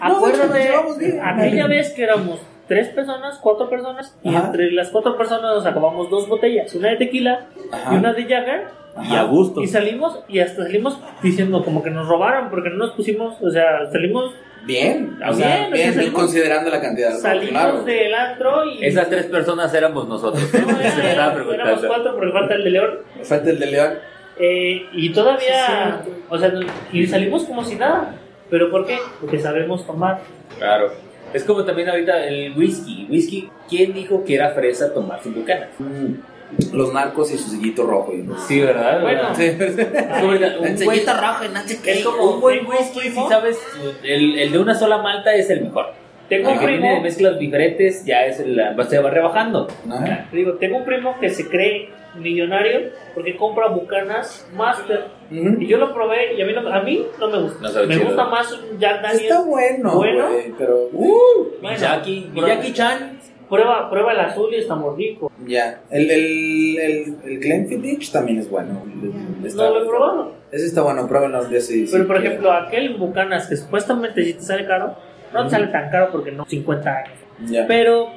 nos Acuérdate, llevamos bien. aquella vez que éramos tres personas, cuatro personas, y Ajá. entre las cuatro personas nos acabamos dos botellas, una de tequila y una de Jagger. Y a gusto. Y salimos y hasta salimos diciendo como que nos robaron porque no nos pusimos, o sea, salimos, Bien, o sea, Bien, o sea, bien, salimos- considerando la cantidad. salimos claro. del antro y Esas [laughs] tres personas éramos [laughs] nosotros. ¿eh? no, Se me estaba era- éramos preguntando. cuatro porque falta el de León Falta el de León. eh, y todavía, o sea, no- y salimos como si nada, pero ¿por qué? Porque sabemos tomar. Claro. Es como también ahorita el whisky. Whisky, ¿quién dijo que era fresa tomar sin bucana? mm, Los narcos y su sellito rojo. y- Sí, [laughs] ¿verdad? Bueno, Sí. Es como ahorita, un buen- rojo, no sé es como Un buen tengo un whisky, si primo- sabes, el, el de una sola malta es el mejor. tengo El un que viene de primo, mezclas diferentes ya es la, se va rebajando. Ajá. digo, tengo un primo que se cree millonario porque compra bucanas master Ujú. y yo lo probé y a mí no, a mí no me gusta. No sabe me chido. gusta más un Jack Daniel. Está bueno, Bueno. güey, pero... uh, Bueno, Miyaki, prueba- Miyaki Chan. Prueba, prueba el azul y está muy rico. Ya, el, el, el, el Glenfiddich también es bueno. Está- No lo he probado. Ese está bueno, pruébenlo de ese. Pero por ejemplo, aquel Bucanas que supuestamente si te sale caro, no te sale tan caro porque no 50 años. Ya. Pero,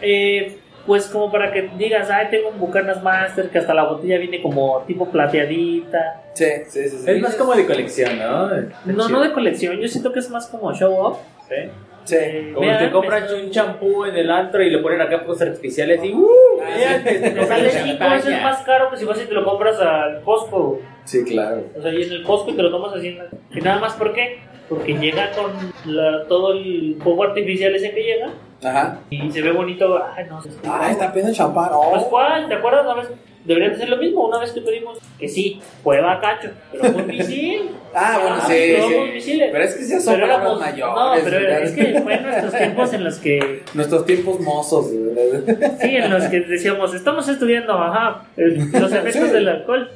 eh, pues como para que digas, ay, tengo un Bucanas Master que hasta la botella viene como tipo plateadita. Sí, sí, sí. sí. Es más como de colección, ¿no? Está No, chido. no de colección, yo siento que es más como show off. Sí. Sí. Eh, Como vean, te compras me- un champú en el antro y le ponen acá cosas artificiales y ¡uh! vean, te- Te [laughs] te sale compras 5 champaña. veces más caro que si vas y te lo compras al Costco. Sí, claro. O sea, y en el Costco y te lo tomas así. en la- Y nada más, ¿por qué? porque llega con la- todo el fuego artificial ese que llega Ajá. y se ve bonito. Ay, no, Ah, está apenas champán. Oh. Pues cuál, ¿te acuerdas? Una vez deberían hacer lo mismo. Una vez que pedimos que sí, fue bacacho, pero fue un misil. Ah, bueno, Ah, sí, no, sí. los misiles. Pero es que ya son Pero palabras éramos mayores. No, pero ¿verdad? es que fue en nuestros tiempos en los que [laughs] Nuestros tiempos mozos, ¿verdad? [laughs] sí, en los que decíamos, estamos estudiando, ajá, el- los efectos Sí. del alcohol.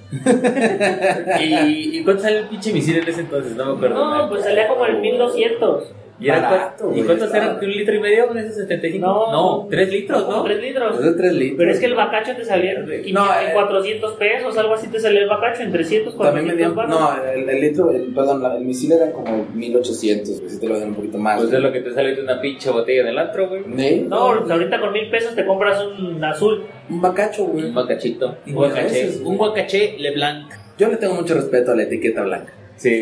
¿Y, ¿Y cuánto sale el pinche misil en ese entonces? No me acuerdo. No, eh, pues salía como uh. en 1200. ¿Y, era Barato, cuánto- güey, ¿Y cuántos estaba- eran? ¿Un litro y medio con esos 75? No. no 3 litros, ¿no? 3 litros. Es de tres litros. Pero es que el bacacho te salía en No, eh. 400 pesos, algo así te salía el bacacho en 300, También 400 me dio. varos. No, el, el litro, el- perdón, la- el misil era como 1800, pues si te lo dan un poquito más. Pues es lo que te sale de una pinche botella del antro, güey. ¿Eh? No, pues ahorita con mil pesos te compras un azul. Un bacacho, güey. Un guacachito. Y Un guacaché. veces, güey. Un guacaché Leblanc. Yo le tengo mucho respeto a la etiqueta blanca. [laughs] [laughs] Sí.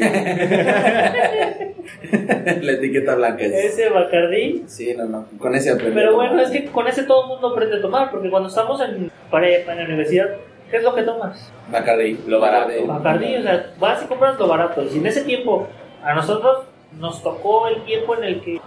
la etiqueta blanca. es- Ese bacardí. Sí, no, no. Con ese aprendí. Pero bueno, es que con ese todo el mundo aprende a tomar, porque cuando estamos en prepa, en la universidad, ¿qué es lo que tomas? Bacardí, lo barato. Bacardí, o sea, vas y compras lo barato. Y si en ese tiempo a nosotros nos tocó el tiempo en el que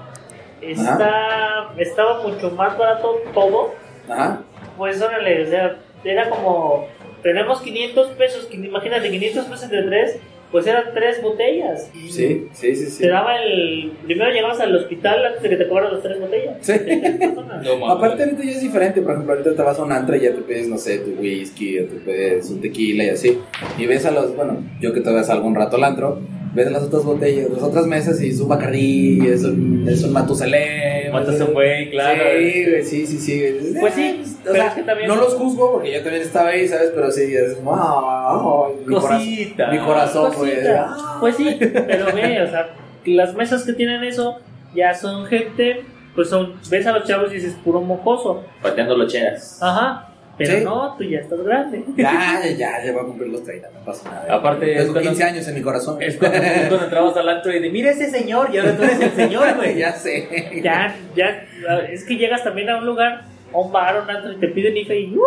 está, estaba mucho más barato todo, Ajá. pues órale, o sea, era como, tenemos 500 pesos, que- imagínate, 500 pesos entre tres, pues eran tres botellas. Sí, sí, sí, sí. Te daba el... Primero llegabas al hospital antes de que te cobraran las tres botellas. Sí. [laughs] No, mames. Aparte ahorita ya es diferente, por ejemplo, ahorita te vas a un antro y ya te pides, no sé, tu whisky o te pides un tequila y así. Y ves a los, bueno, yo que todavía salgo un rato al antro, ves a las otras botellas, las otras mesas y es un Bacardí, es un, es un Matusalén. Mataste un güey, claro. Sí, güey, sí, sí, sí. güey. Eh, Pues sí, O pero sea, es que también- no los juzgo porque yo también estaba ahí, ¿sabes? Pero sí, es wow. Mi Cosita. corazón, mi corazón pues. Cosita. Pues sí, pero ve, o sea, las mesas que tienen eso ya son gente, pues son, ves a los chavos y dices puro mocoso. Pateando locheras. Ajá, pero Sí. no, tú ya estás grande. Ya, ya, ya, ya voy a cumplir los 30, no pasa nada. Aparte, es tengo cuando- 15 años en mi corazón. Es cuando, es cuando entrabas al antro y de, mira ese señor, y ahora tú eres el señor, [laughs] güey. ya [laughs] sé. Ya, ya, es que llegas también a un lugar, a un bar, a un antro, y te piden IFE y ¡uh!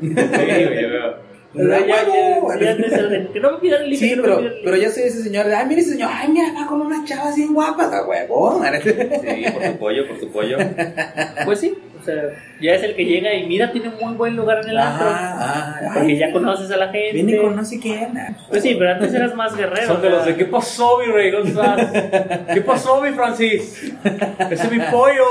Sí, güey, güey. O sea, ya, ¡Huevo! ya, ya te salen, que no me pidan el IFE. Sí, que no me pero, pidan el IFE. pero ya soy ese señor de, ay, mire ese señor, ay, mira, va con unas chavas bien guapas, a huevo. [laughs] Sí, por tu pollo, por tu pollo. Pues sí, o sea, ya es el que llega y mira, tiene un muy buen lugar en el antro. Ajá, ajá. Porque Ah, Ay, ya conoces a la gente. Viene con no sé quién. Pues sí, pero antes eras más guerrero. Son de o sea. los de, ¿qué pasó, mi rey González? ¿Qué pasó, mi Francis? Ese es mi pollo.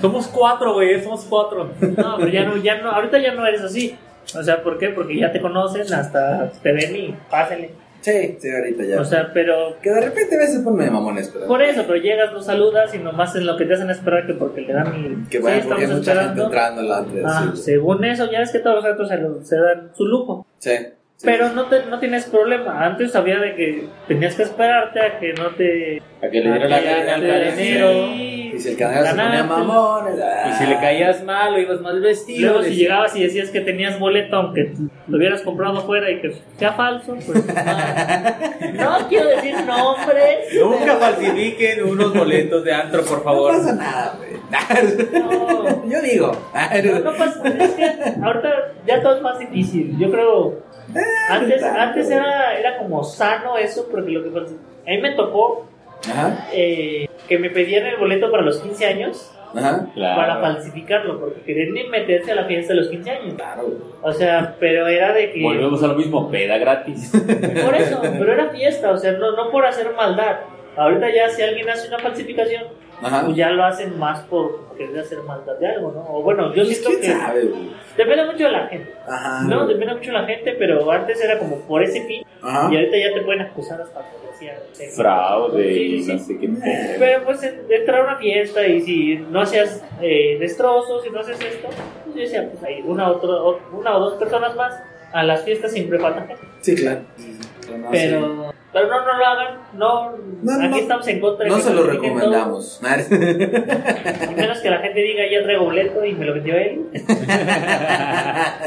Somos cuatro, güey, somos cuatro. No, pero ya no, ya no, ahorita ya no eres así. O sea, ¿por qué? Porque ya te conocen, hasta te ven y pásenle. Sí, sí, ahorita ya. O sea, pero que de repente a veces ponme de mamones, pero. por eso, pero llegas, no saludas y nomás en lo que te hacen esperar que porque le dan el... Que bueno, sí, porque es estamos mucha gente esperando. entrando la antes. Ah, sí. según eso, ya ves que todos los ratos se, lo- se dan su lujo. Sí, sí. Pero no, te, no tienes problema. Antes había de que tenías que esperarte a que no te... A que le dieron la gana al te- cadenero. Sí. Y si el canal se ponía ah, Ganaste. mamón. Y si le caías mal o ibas mal vestido. Luego si decía- llegabas y decías que tenías boleto aunque lo hubieras comprado fuera y que sea falso, [laughs] pues no, No quiero decir nombres. Nunca falsifiquen unos boletos de antro, por No favor. pasa nada, güey. [laughs] No. Yo digo. No, no pasa- es que ahorita ya todo es más difícil. Yo creo Eh, antes no tanto. antes era era como sano eso porque lo que falsi- a mí me tocó Ajá, eh, que me pedían el boleto para los 15 años ajá. Claro. para falsificarlo porque querían meterse a la fiesta de los 15 años. Claro, güey. O sea, pero era de que Volvemos a lo mismo, peda gratis. Por eso, pero era fiesta, o sea, no, no por hacer maldad. Ahorita ya si alguien hace una falsificación, Ajá. pues ya lo hacen más por querer hacer maldad de algo, ¿no? O bueno, yo siento Pues ¿Quién que sabe, Ah, güey? depende mucho de la gente. Ajá. No, depende mucho de la gente, pero antes era como por ese fin Ajá. y ahorita ya te pueden acusar hasta por decir algo. Fraude Sí, y sí, no sí. sé qué. pedo. Pero pues en- entrar a una fiesta y si no hacías eh, destrozos, si no haces esto, pues yo decía, pues hay una, otro, o- una o dos personas más. A las fiestas siempre falta gente. Sí, claro. Pero, pero no, no lo hagan. No, Ah, No, aquí no. estamos en contra. de No que se lo critiquen recomendamos. todo, a menos que la gente diga, ya traigo boleto y me lo vendió él. [laughs]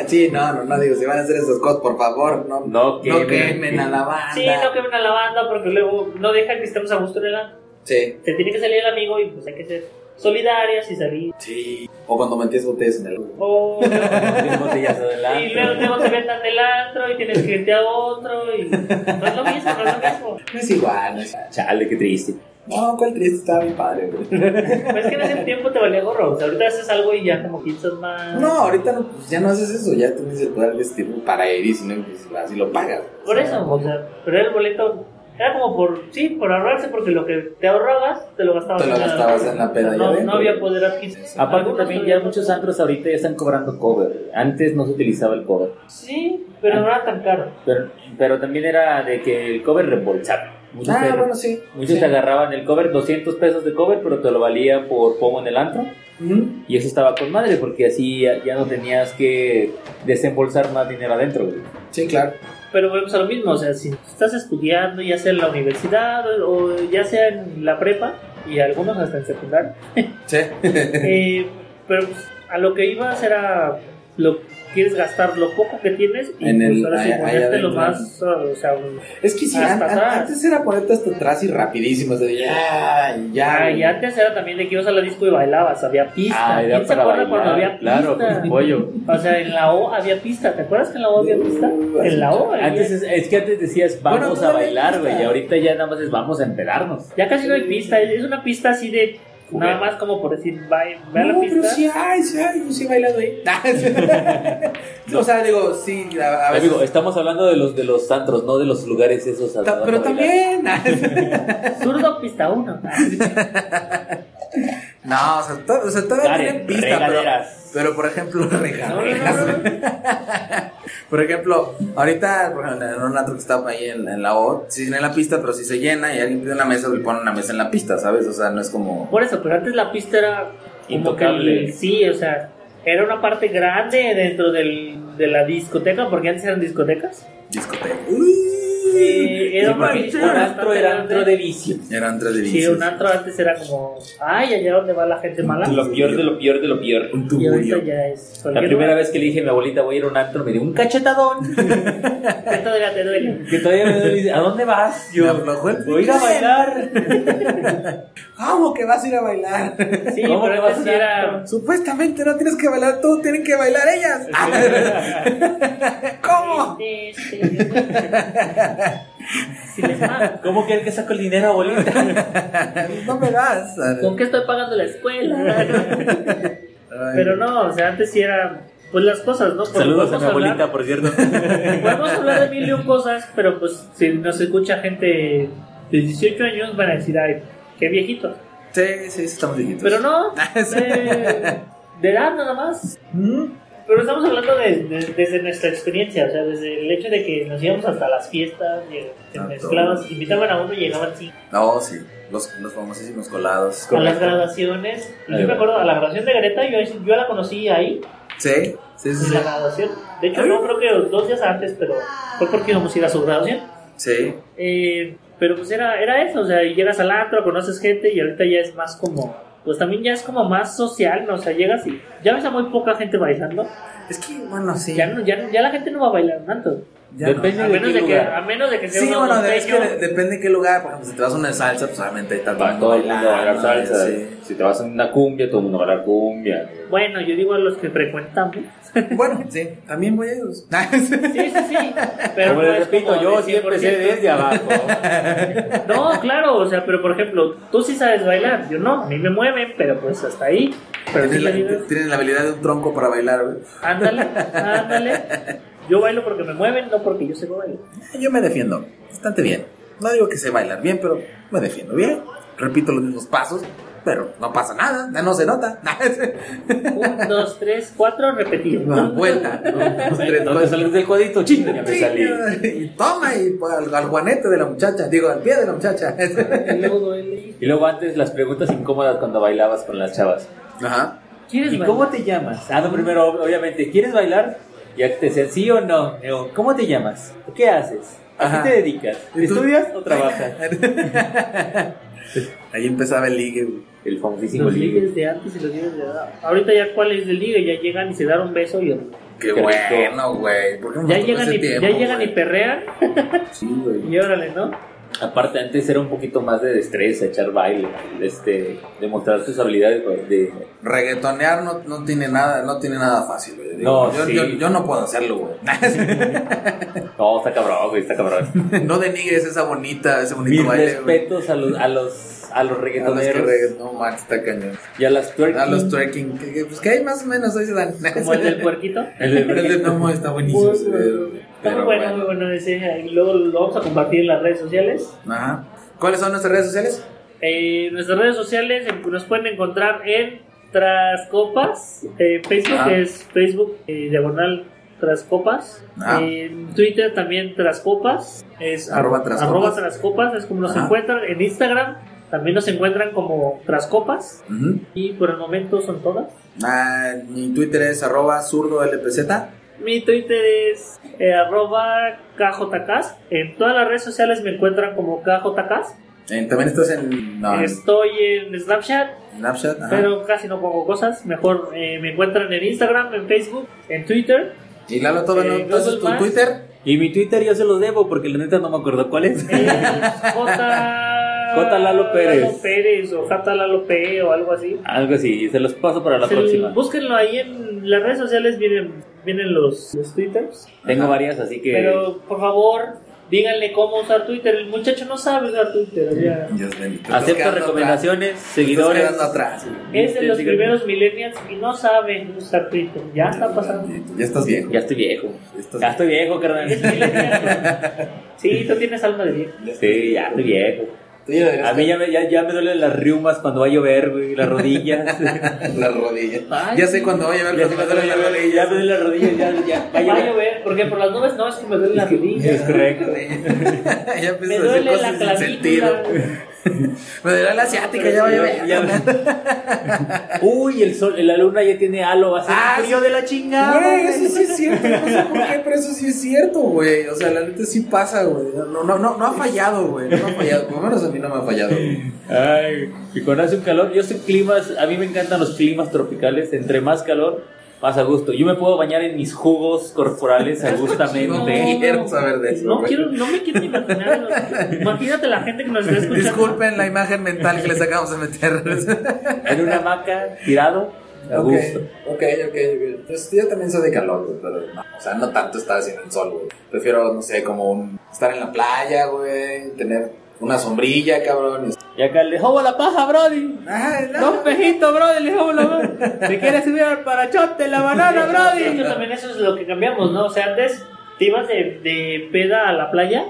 sí, no, no, no digo, si van a hacer esas cosas, por favor, no, No quemen. quemen a la banda. Sí, no quemen a la banda porque luego no dejan que estemos a gusto en el antro. Sí, Se tiene que salir el amigo y pues hay que ser solidarias y salir. Oh, Sí. O cuando metías botellas en el. O- [laughs] Un botellazo de la- y luego, luego te vendan del antro y tienes que irte a otro y no es lo mismo, no es lo mismo. No es igual, no es igual. Chale, qué triste. No, cuál triste, estaba mi padre, güey. Pues es que en ese tiempo te valía gorro, o sea, ahorita haces algo y ya como piensas más. No, ahorita no, pues, ya no haces eso, ya tienes el poder de tipo para ir y si no, pues, así lo pagas. Por eso, o sea, pero era el boleto era como por, sí, por ahorrarse, porque lo que te ahorrabas te lo gastabas, Te lo en la- gastabas en la peda, ya No, ven. no había poder adquisitivo. Aparte Algunos también ya todavía- muchos antros ahorita ya están cobrando cover. Antes no se utilizaba el cover. Sí, pero no era tan caro. Pero, pero también era de que el cover reembolsable. Muchos, Ah, te, bueno, sí. muchos te agarraban el cover, 200 pesos de cover, pero te lo valía por pomo en el antro. Ujú. Y eso estaba con madre, porque así ya, ya no tenías que desembolsar más dinero adentro. güey. Sí, claro. Pero volvemos a lo mismo, o sea, si estás estudiando, ya sea en la universidad o o ya sea en la prepa, y algunos hasta en secundaria, Sí. eh, pero pues, a lo que ibas era lo quieres gastar lo poco que tienes y En pues, el- ahora sí ahí- ahí ponerte lo adentro. más, o sea, un- Es que sí, Hasta an- an- atrás. antes era ponerte hasta atrás y rapidísimo, o sea, ya, ya. Ah, güey. y antes era también de que ibas a la disco y bailabas, había pista. Ah, era ¿Quién se para acuerda bailar, cuando había pista? Claro, con el pollo. O sea, en la O había pista, ¿te acuerdas que en la O había pista? En la O. había- Antes es, es que antes decías Bueno, vamos a todavía bailar, está. güey, y ahorita ya nada más es vamos a empedarnos. Ya casi no hay pista, es una pista así de Juguete. nada más como por decir, "Ve- ve a la No, pero pista. sí hay, sí hay, yo sí he bailado ahí. O sea, digo, sí, a, a veces. Amigo, estamos hablando de los de los antros, no de los lugares esos. a- Ta- a pero bailar. también. Zurdo pista 1. No, o sea, to- o sea, todavía Karen, tienen pista, pero, regaderas. pero por ejemplo, regaderas. por ejemplo, ahorita, por ejemplo, en un antro que está ahí en, en la O, sí tiene la pista, pero si se llena y alguien pide una mesa, le ponen una mesa en la pista, ¿sabes? O sea, no es como. Por eso, pero antes la pista era como que Intocable. el- sí, o sea, era una parte grande dentro del, de la discoteca, porque antes eran discotecas. Discoteca. Eh, era Sí, una porque pista Un antro bastante era antro grande. de vicio. Era antro de Sí, vicios. un antro antes era como, ay, allá donde va la gente mala. Lo peor de lo peor de lo peor. Un Y ahorita tuburio. ya es. La primera vez que le dije a mi abuelita voy a ir a un antro, me dio un cachetadón. vez. Te duele, te [laughs] duele. Que todavía me duele y dice, ¿a dónde vas? Me Yo, aflojó el voy a ir a pie". bailar. ¿Cómo que vas a ir a bailar? [laughs] Sí, ¿Cómo pero le vas antes a era. Supuestamente no tienes que bailar tú, tienen que bailar ellas. [laughs] ¿Cómo? [laughs] Si les pago, ¿Cómo que el que sacó el dinero, abuelita? No me das. ¿Con qué estoy pagando la [laughs] escuela? Pero no, o sea, antes sí era. Pues las cosas, ¿no? Porque [laughs] Saludos a podemos mi hablar- abuelita, por cierto. Podemos hablar de mil y un cosas, pero pues si nos escucha gente de 18 años van a decir, ay, qué viejito. Sí, sí, estamos viejitos. Pero no, Sí. de, de edad nada más. ¿Mm? Pero estamos hablando de- de- desde nuestra experiencia, o sea, desde el hecho de que nos íbamos hasta las fiestas, y te A mezclabas, todo. invitaban a uno y llegaban cinco. No, sí. Los, los famosísimos colados. A las graduaciones, y Ahí yo me va. acuerdo, a la graduación de Greta, yo, yo la conocí ahí, Sí, sí, sí. en Sí. la graduación. De hecho, no creo que dos días antes, pero fue porque íbamos a ir a su graduación. sí. Eh, pero pues era, era eso, o sea, y llegas al antro, conoces gente y ahorita ya es más como, pues también ya es como más social, ¿no? O sea, llegas y ya ves a muy poca gente bailando, Es que, bueno, sí. ya, no- ya, ya la gente no va a bailar tanto, ya no. Depende a de menos qué de, que, lugar. a menos de que sea Sí, uno bueno, es que norteño. de- depende de qué lugar. Por ejemplo, si te vas a una salsa, pues obviamente ahí está todo el Va mundo todo el mundo a bailar bailando, salsa. sí. Si te vas a una cumbia, todo el mundo va a bailar cumbia. Bueno, yo digo a los que frecuentamos. Bueno, sí, también voy a ellos. Sí, sí, sí. Pero Como no les es repito, como yo de siempre empecé 100%. desde abajo. No, claro, o sea, pero por ejemplo, tú sí sabes bailar, yo no, a mí me mueven, pero pues hasta ahí. Pero sí Tienen le digo, la, tienen la habilidad de un tronco para bailar, güey. ándale, ándale. Yo bailo porque me mueven, no porque yo sé bailar. Yo me defiendo bastante bien. No digo que sé bailar bien, pero me defiendo bien. Repito los mismos pasos, pero no pasa nada, ya no se nota. Un, dos, tres, cuatro, repetir. Una vuelta. dos, tres, No te sales del cuadrito, chinga, ya me salí. Y toma y pa- al, al guanete de la muchacha, digo, al pie de la muchacha. Y luego duele. Y luego antes las preguntas incómodas cuando bailabas con las chavas. Ajá. ¿Quieres ¿Y bailar? cómo te llamas? Ah, no, primero, ob- obviamente, ¿quieres bailar? Ya que te decían sí o no. Yo, ¿Cómo te llamas? ¿Qué haces? ¿A Ajá. qué te dedicas? ¿Y tú? ¿Estudias [laughs] o trabajas? Ahí empezaba el ligue. güey. El famosísimo Los ligue. ligues de antes y los ligues de ahora. Ahorita ya cuál es el ligue, ya llegan y se dan un beso y Qué rico. bueno, güey. ¿Por qué no nos ya tocó llegan ese y tiempo, ya llegan y güey? perrean Sí, güey. y órale, ¿no? Aparte, antes era un poquito más de destreza, echar baile, este, demostrar tus habilidades pues, de, Reggaetonear no, no tiene nada, no tiene nada fácil, güey. No, yo, sí. yo, yo no puedo [laughs] hacerlo, güey. Ah, No, está cabrón, güey, está cabrón. [laughs] no denigres esa bonita, ese bonito Mis baile, güey. respetos a los, a los, a los A los que reggaetoneros regga- No, Max está cañón. y a las twerking. A los trekking. que- que- Pues que hay más o menos, ahí se dan. Como el [laughs] del puerquito. El de- Pero el [laughs] de Nomo está buenísimo. ese video, güey. Está muy Pero bueno, muy bueno ese. Y luego lo vamos a compartir en las redes sociales. Ajá. ¿Cuáles son nuestras redes sociales? Eh, nuestras redes sociales en- nos pueden encontrar en Tras Copas. eh, Facebook Ah. es Facebook eh, diagonal Tras Copas. Ah. En Twitter también Tras Copas. Es Arroba Tras arroba Copas. Tras Copas, Es como nos Ajá. encuentran. En Instagram también nos encuentran como Tras Copas. Ujú. Y por el momento son todas. Ah, mi Twitter es arroba zurdo LPZ. Mi Twitter es eh, arroba KJKs. En todas las redes sociales me encuentran como KJKs. Eh, También estás en, no, en Estoy en Snapchat. Snapchat. ajá. Pero casi no pongo cosas. Mejor eh, me encuentran en Instagram, en Facebook, en Twitter. y Lalo, todo eh, no. Entonces, Google tu Maps. Twitter. Y mi Twitter yo se los debo porque la neta no me acuerdo [laughs] cuál es. [laughs] eh, J... J. Lalo Pérez. Lalo Pérez o J. Lalo P. o algo así. Algo así, se los paso para la Se- próxima. búsquenlo ahí en las redes sociales, vienen, vienen los, los twitters. Tengo varias, así que Pero por favor, díganle cómo usar Twitter. El muchacho no sabe usar Twitter. o sea, Dios mío, te estás acepto quedando recomendaciones, atrás. Te estás seguidores. quedando atrás. Es de los Síganme. primeros millennials y no sabe usar Twitter. Ya está pasando. Ya estás viejo. Ya estoy viejo. Estás- Ya estoy viejo, Es [laughs] carnal. millennial. [laughs] güey. Sí, tú tienes alma de viejo. Sí, ya estoy viejo. Tú ya deberías A mí ya me, ya, ya me duelen las riumas cuando va a llover, güey, las rodillas. Las rodillas. [laughs] ya sé cuando va a llevar Ya las me duelen las rodillas, ya me duelen las rodillas, ya, ya, va a Va a llover. llover, porque por las nubes no es que me duele la Es rodilla. correcto. [laughs] ya empiezo Me a decir duele cosas la sin sentido. clavícula. Me duele la asiática, ya va a llover. Ya- [laughs] Uy, el sol, la luna ya tiene halo, va a ser Ah, un frío sí. de la chingada. Güey, eso sí es cierto, no sé por qué, pero eso sí es cierto, güey. O sea, la neta sí pasa, güey. No, no, no, no ha fallado, güey. No ha fallado. Por lo menos a mí no me ha fallado. güey. Ay, y cuando hace un calor, yo soy climas, a mí me encantan los climas tropicales, entre más calor, más a gusto. Yo me puedo bañar en mis jugos corporales a No gustamente. quiero saber de eso. No güey. quiero, no me quiero ni imaginar. Imagínate la gente que nos está escuchando. Disculpen la imagen mental que les acabamos de [laughs] meter. En una hamaca, tirado, a Ok, gusto. ok, ok. ok. Pues yo también soy de calor, güey, pero no, o sea, no tanto estar haciendo el sol, güey. Prefiero, no sé, como un- estar en la playa, güey, tener una sombrilla, cabrón. y- Y acá le jobo la paja, Brody. Ay, no. Dos pejitos, Brody, le jobo la paja. ¿Te quieres subir al parachote, la banana, Yo Brody? creo que también eso es lo que cambiamos, ¿no? O sea, antes te ibas de, de peda a la playa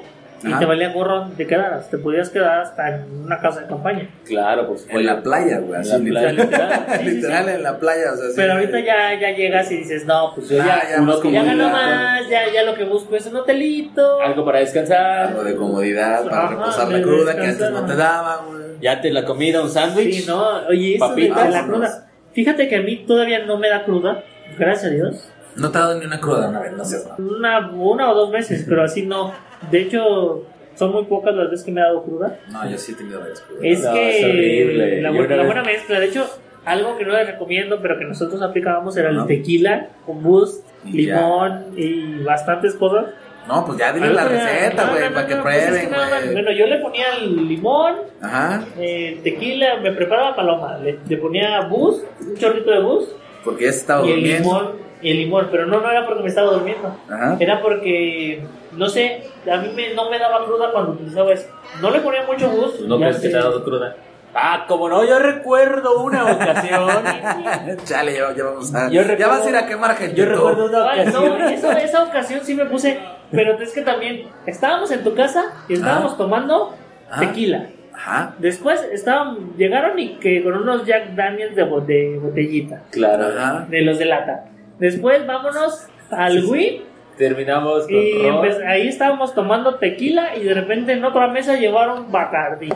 y Ajá. te valía gorro donde te quedaras. Te podías quedar hasta en una casa de campaña. Claro, por En la supuesto. playa, güey. así, En la playa, literal, literal. Sí, sí, sí. [laughs] literal, en la playa, o sea, sí. Pero ahorita ya, ya llegas y dices, no, pues yo Ah, ya, ya más ya, gano comodidad. más, ya, ya lo que busco es un hotelito. Algo para descansar. Algo de comodidad para Ajá, reposar la de cruda que antes descansar, no te ajá. daba, güey. Ya te la comida, un sándwich. Sí, no, oye, eso de- Papitas. de la cruda. Fíjate que a mí todavía no me da cruda, gracias a Dios. No te ha dado ni una cruda una vez, no seas mal. Una, una o dos [laughs] veces, pero así no. De hecho, son muy pocas las veces que me ha dado cruda. No, yo sí he tenido varias crudas. Es No, que es horrible. La, Yo bu- una la vez- buena mezcla. De hecho, algo que no les recomiendo, pero que nosotros aplicábamos era Ajá. el tequila con boost, Y ya. limón y bastantes cosas. No, pues ya dile Al la otro día, receta, Ah, no, güey, no, para no, que no, pues es prueben, nada más- güey. bueno, yo le ponía el limón, Ajá, eh, tequila, me preparaba paloma, le, le ponía boost, un chorrito de boost porque ya se estaba y el durmiendo. limón. Y el limón, pero no, no era porque me estaba durmiendo. Ajá. Era porque, no sé, a mí me- no me daba cruda cuando utilizaba eso. No le ponía mucho gusto. Pues No ya crees que sé. te ha dado cruda. Ah, como no, yo recuerdo una ocasión. [laughs] Chale, ya, ya vamos a. Yo ya recuerdo- vas a ir a quemar gente. yo tú. recuerdo una Ay, no, ocasión. eso- esa ocasión sí me puse, pero es que también estábamos en tu casa y estábamos tomando Ah. tequila. Ajá. Después estaban, llegaron y que con unos Jack Daniels de, bo- de botellita, Claro. Ajá. de los de lata. Después vámonos al Wii Terminamos con y ron. empe- ahí estábamos tomando tequila y de repente en otra mesa llevaron Bacardi.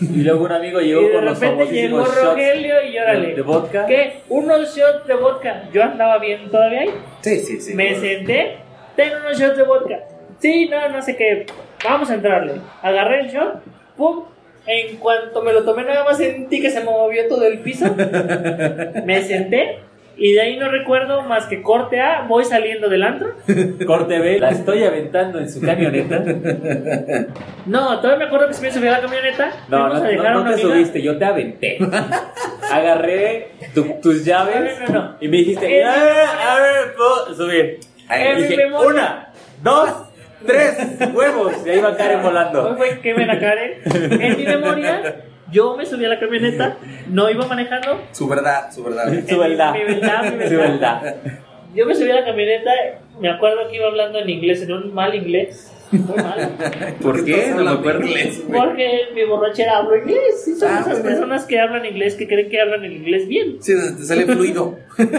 Y luego un amigo y llegó de con los repente llegó famosísimos shots Rogelio y órale. de, de vodka. ¿Qué? Unos shots de vodka. Yo andaba bien todavía ahí. Sí, sí, sí. Me güey. senté, tengo unos shots de vodka. Sí, no, no sé qué. Vamos a entrarle. Agarré el shot, pum. En [laughs] cuanto me lo tomé, nada más sentí que se me movió todo el piso. me senté Y de ahí no recuerdo más que corte A, voy saliendo del antro. Corte B, la estoy aventando en su camioneta. No, todavía me acuerdo que se me subió a la camioneta. No, fuimos no, a no, dejar a no una te amiga. subiste, yo te aventé. Agarré tu- tus llaves No, no, no, no. y me dijiste, Eh, "Ah, a ver, puedo subir. Eh, Y mi dije, memoria. una, dos, tres huevos. Y ahí [laughs] va Karen volando. Fue que me la [laughs] Karen. En mi memoria, yo me subí a la camioneta, no iba manejando. Su verdad, su [laughs] verdad. [laughs] Su verdad. Mi verdad, mi Su verdad. verdad. Yo me subí a la camioneta, me acuerdo que iba hablando en inglés, en un mal inglés. Muy [laughs] mal. ¿Por qué? estás No me hablando [laughs] acuerdo. inglés, güey? Porque mi borrachera habla inglés. Sí, son Ah, esas mira. personas que hablan inglés que creen que hablan el inglés bien. Sí, te [laughs] sale fluido.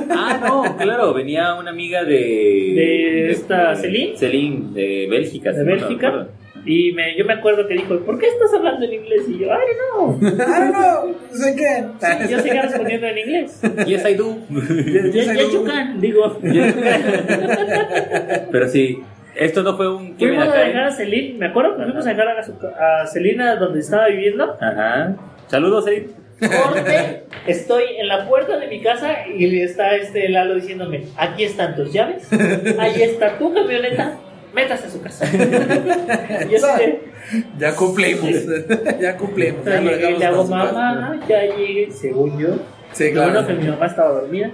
Ah, no, claro, venía una amiga de. De esta, Celine. Celine, de Bélgica. De si no me Bélgica. acuerdo. Y me, yo me acuerdo que dijo, ¿por qué estás hablando en inglés? Y yo, I [laughs] don't know. Ah, no, no sé qué. Y yo seguía respondiendo en [laughs] inglés. Yes, I [laughs] do. Ya ya chucan, digo. [laughs] Pero sí, esto no fue un. que Fuimos a viene acá, dejar a eh? Celine, me acuerdo que fuimos a dejar a, su, a Celina donde estaba viviendo. Ajá. Saludos, Celine. Corte, estoy en la puerta de mi casa y está este Lalo diciéndome, aquí están tus llaves, ahí está tu camioneta, métase a su casa. y así de, Ya cumplimos. [laughs] Ya cumplimos. [laughs] Ya Ya lo llegué y dejamos le hago, con su padre. mamá, ya llegué, según yo. Sí, Lo bueno claro. que mi mamá estaba [laughs] dormida.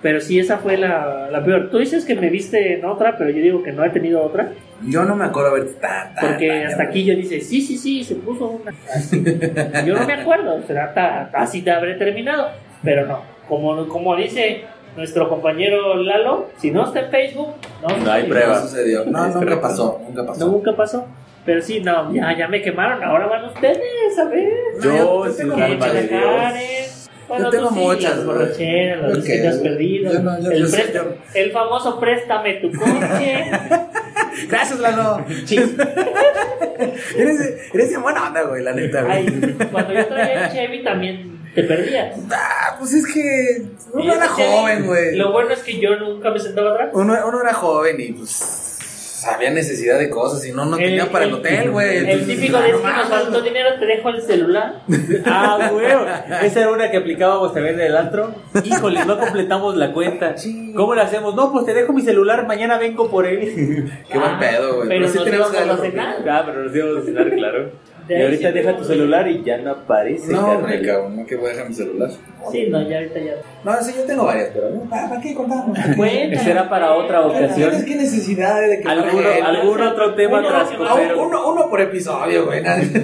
Pero sí, esa fue la, la peor. Tú dices que me viste en otra, pero yo digo que no he tenido otra. Yo no me acuerdo haber. ta, ta, Porque ta, hasta ya. aquí yo dice, sí, sí, sí, se puso una. Así. Yo no me acuerdo, será ta- así te habré terminado. Pero no, como, como dice nuestro compañero Lalo, si no está en Facebook, no, No hay sí, prueba. No sucedió. No, Espera. nunca pasó. Nunca no, pasó. nunca pasó. Pero sí, no, ya, ya me quemaron, ahora van ustedes a ver. Yo, yo sin tengo alma muchas de Dios. Dios. Bueno, Yo tengo tú sí, muchas, las güey. borracheras, las Yo veces que te has qué, perdido. yo no, yo- el, yo sé, presta- yo- el famoso préstame tu coche. [laughs] Gracias, Lalo. [laughs] eres, eres bien buena onda, güey, la neta, güey. Ay, cuando yo traía el Chevy también te perdías. Ah, pues es que Y uno era ese Chevy, joven, güey. Lo bueno es que yo nunca me sentaba atrás. Uno, uno era joven y pues había necesidad de cosas y no, no tenía para el hotel, güey. El Entonces, típico ah, de no es que nos mames. faltó dinero, te dejo el celular. [laughs] Ah, huevo. Esa era una que aplicábamos también del antro. Híjole, no completamos la cuenta. ¿Cómo la hacemos? No, pues te dejo mi celular, mañana vengo por él. Qué buen Ah, pedo, güey. Pero, Pero sí nos tenemos íbamos a algo. cenar. [laughs] Ah, pero nos íbamos a cenar, claro. De Y ahí ahorita sí. deja tu celular y ya no aparece. No, carnal. hombre, cabrón, no que voy a dejar mi celular. Sí, no, ya ahorita [laughs] ya. No, sí, yo tengo varias, pero no, ¿para, para qué contarnos? Cuenta. Será para otra ¿Tienes ocasión. qué necesidad de que ¿Alguno, Ah, algún otro tema Uno, trascosero? uno, Ah, uno, uno por episodio, güey. Para o sea,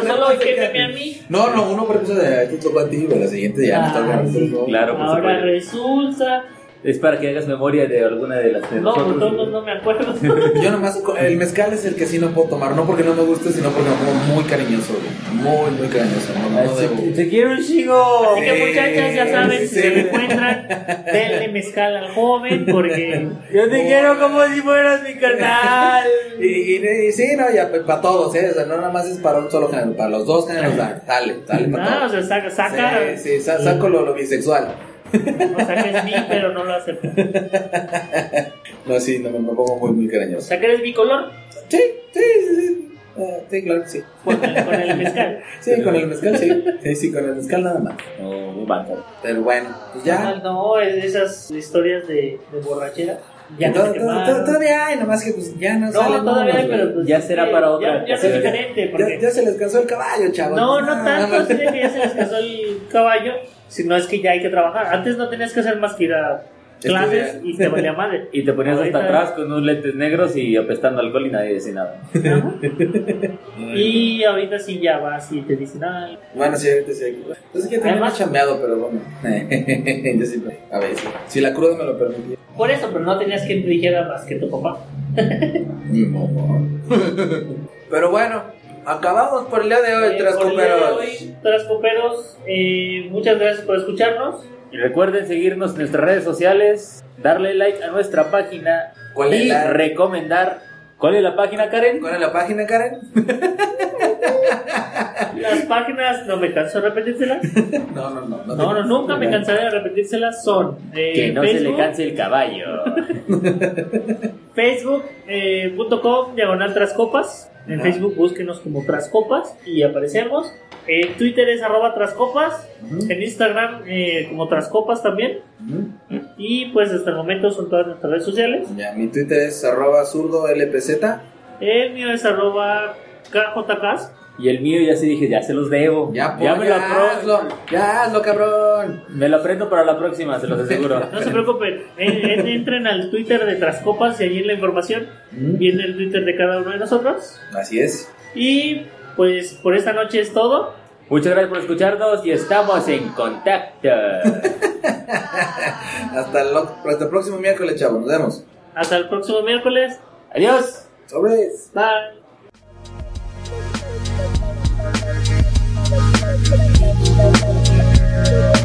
tener solo más ejéndeme cerca. a mí. No, no, uno por episodio de pues, te tocó a ti, güey. La siguiente ya no está Ah, grabando. sí. ¿no? Claro, por Ahora supuesto. resulta. Es para que hagas memoria de alguna de las de No, pues, nosotros. no, no me acuerdo. [laughs] Yo nomás, co- el mezcal es el que sí no puedo tomar, no porque no me guste, sino porque me pongo muy cariñoso, güey. Muy, muy cariñoso, no, no Te- debo. Te quiero un chico. Así que muchachas, ya saben, si Sí. se me encuentran, denle mezcal al joven [laughs] porque Yo te quiero como si fueras mi carnal. Y, y- y sí, no, ya, para todos, ¿eh? O sea, no nada más es para un solo género, para los dos géneros, da- dale, dale para ah, o todos. sea, saca, saca, Sí, sí, sa- saco lo, lo bisexual. o sea, que es mi, pero no lo acepto. No, sí, no, me, me pongo muy, muy O cariñoso. sea, que eres bicolor Sí, sí, sí, sí. Ah, sí, claro que sí. con el, con el mezcal. Sí, con el mezcal, sí. Sí, sí, con el mezcal nada más. No, muy banca. Pero bueno, pues Ah, ya. No, es esas historias de, de borrachera. Ya no, Todo- se todo- quemaron. todo- todavía hay, nomás que pues ya no, no, salen todavía, unos, hay, pero güey. pues, Ya será sí, para otra Ya, ya es ocasión. diferente porque Ya, ya se les cansó el caballo, chavos. Ah, No, no tanto, no. así de que ya se les casó el caballo, sino es que ya hay que trabajar. Antes no tenías que hacer más que ir a clases Estudiar. y te valía [laughs] madre. Y te ponías Ahorita- hasta atrás con unos lentes negros y apestando alcohol y nadie decía nada. Ajá. Y ahorita sí ya vas y te dicen, ay, [laughs] Bueno, sí, ahorita sí. hay que- Pues es que tenía Además- más chambeado, pero bueno. [laughs] Yo siempre. A ver, sí. si la cruda me lo permitía. por eso, pero no tenías quien te dijera más que tu papá. Mi mamá. [laughs] pero bueno, acabamos por el día de hoy, Eh, tras por el día de coperos. hoy, Trascoperos, eh, muchas gracias por escucharnos. Y recuerden seguirnos en nuestras redes sociales, darle like a nuestra página ¿Cuál es y la- recomendar. ¿Cuál es la página, Karen? ¿Cuál es la página, Karen? Las páginas, no me canso de repetírselas. No, no, no. te- No, no, nunca me cansaré de repetírselas. Son eh, Que no se Facebook, le canse el caballo. facebook.com, eh, diagonal tras copas. En Facebook búsquenos como tras copas y aparecemos. En Twitter es arroba tras copas. En Instagram eh, como tras copas también. Y pues hasta el momento son todas nuestras redes sociales. Ya, mi Twitter es arroba zurdo LPZ. El mío es arroba KJKs. Y el mío ya sí dije, ya se los debo. Ya, ya me lo apro- hazlo. Ya, hazlo, cabrón. Me lo aprendo para la próxima, se los [laughs] aseguro. No se preocupen, en- en- entren al Twitter de Tras Copas y allí en la información viene el Twitter de cada uno de nosotros. Así es. Y pues por esta noche es todo. Muchas gracias por escucharnos y estamos en [laughs] contacto. Hasta, el lo- hasta el próximo miércoles, chavos. Nos vemos. Hasta el próximo miércoles. Adiós. Sobres. Bye. Thank you.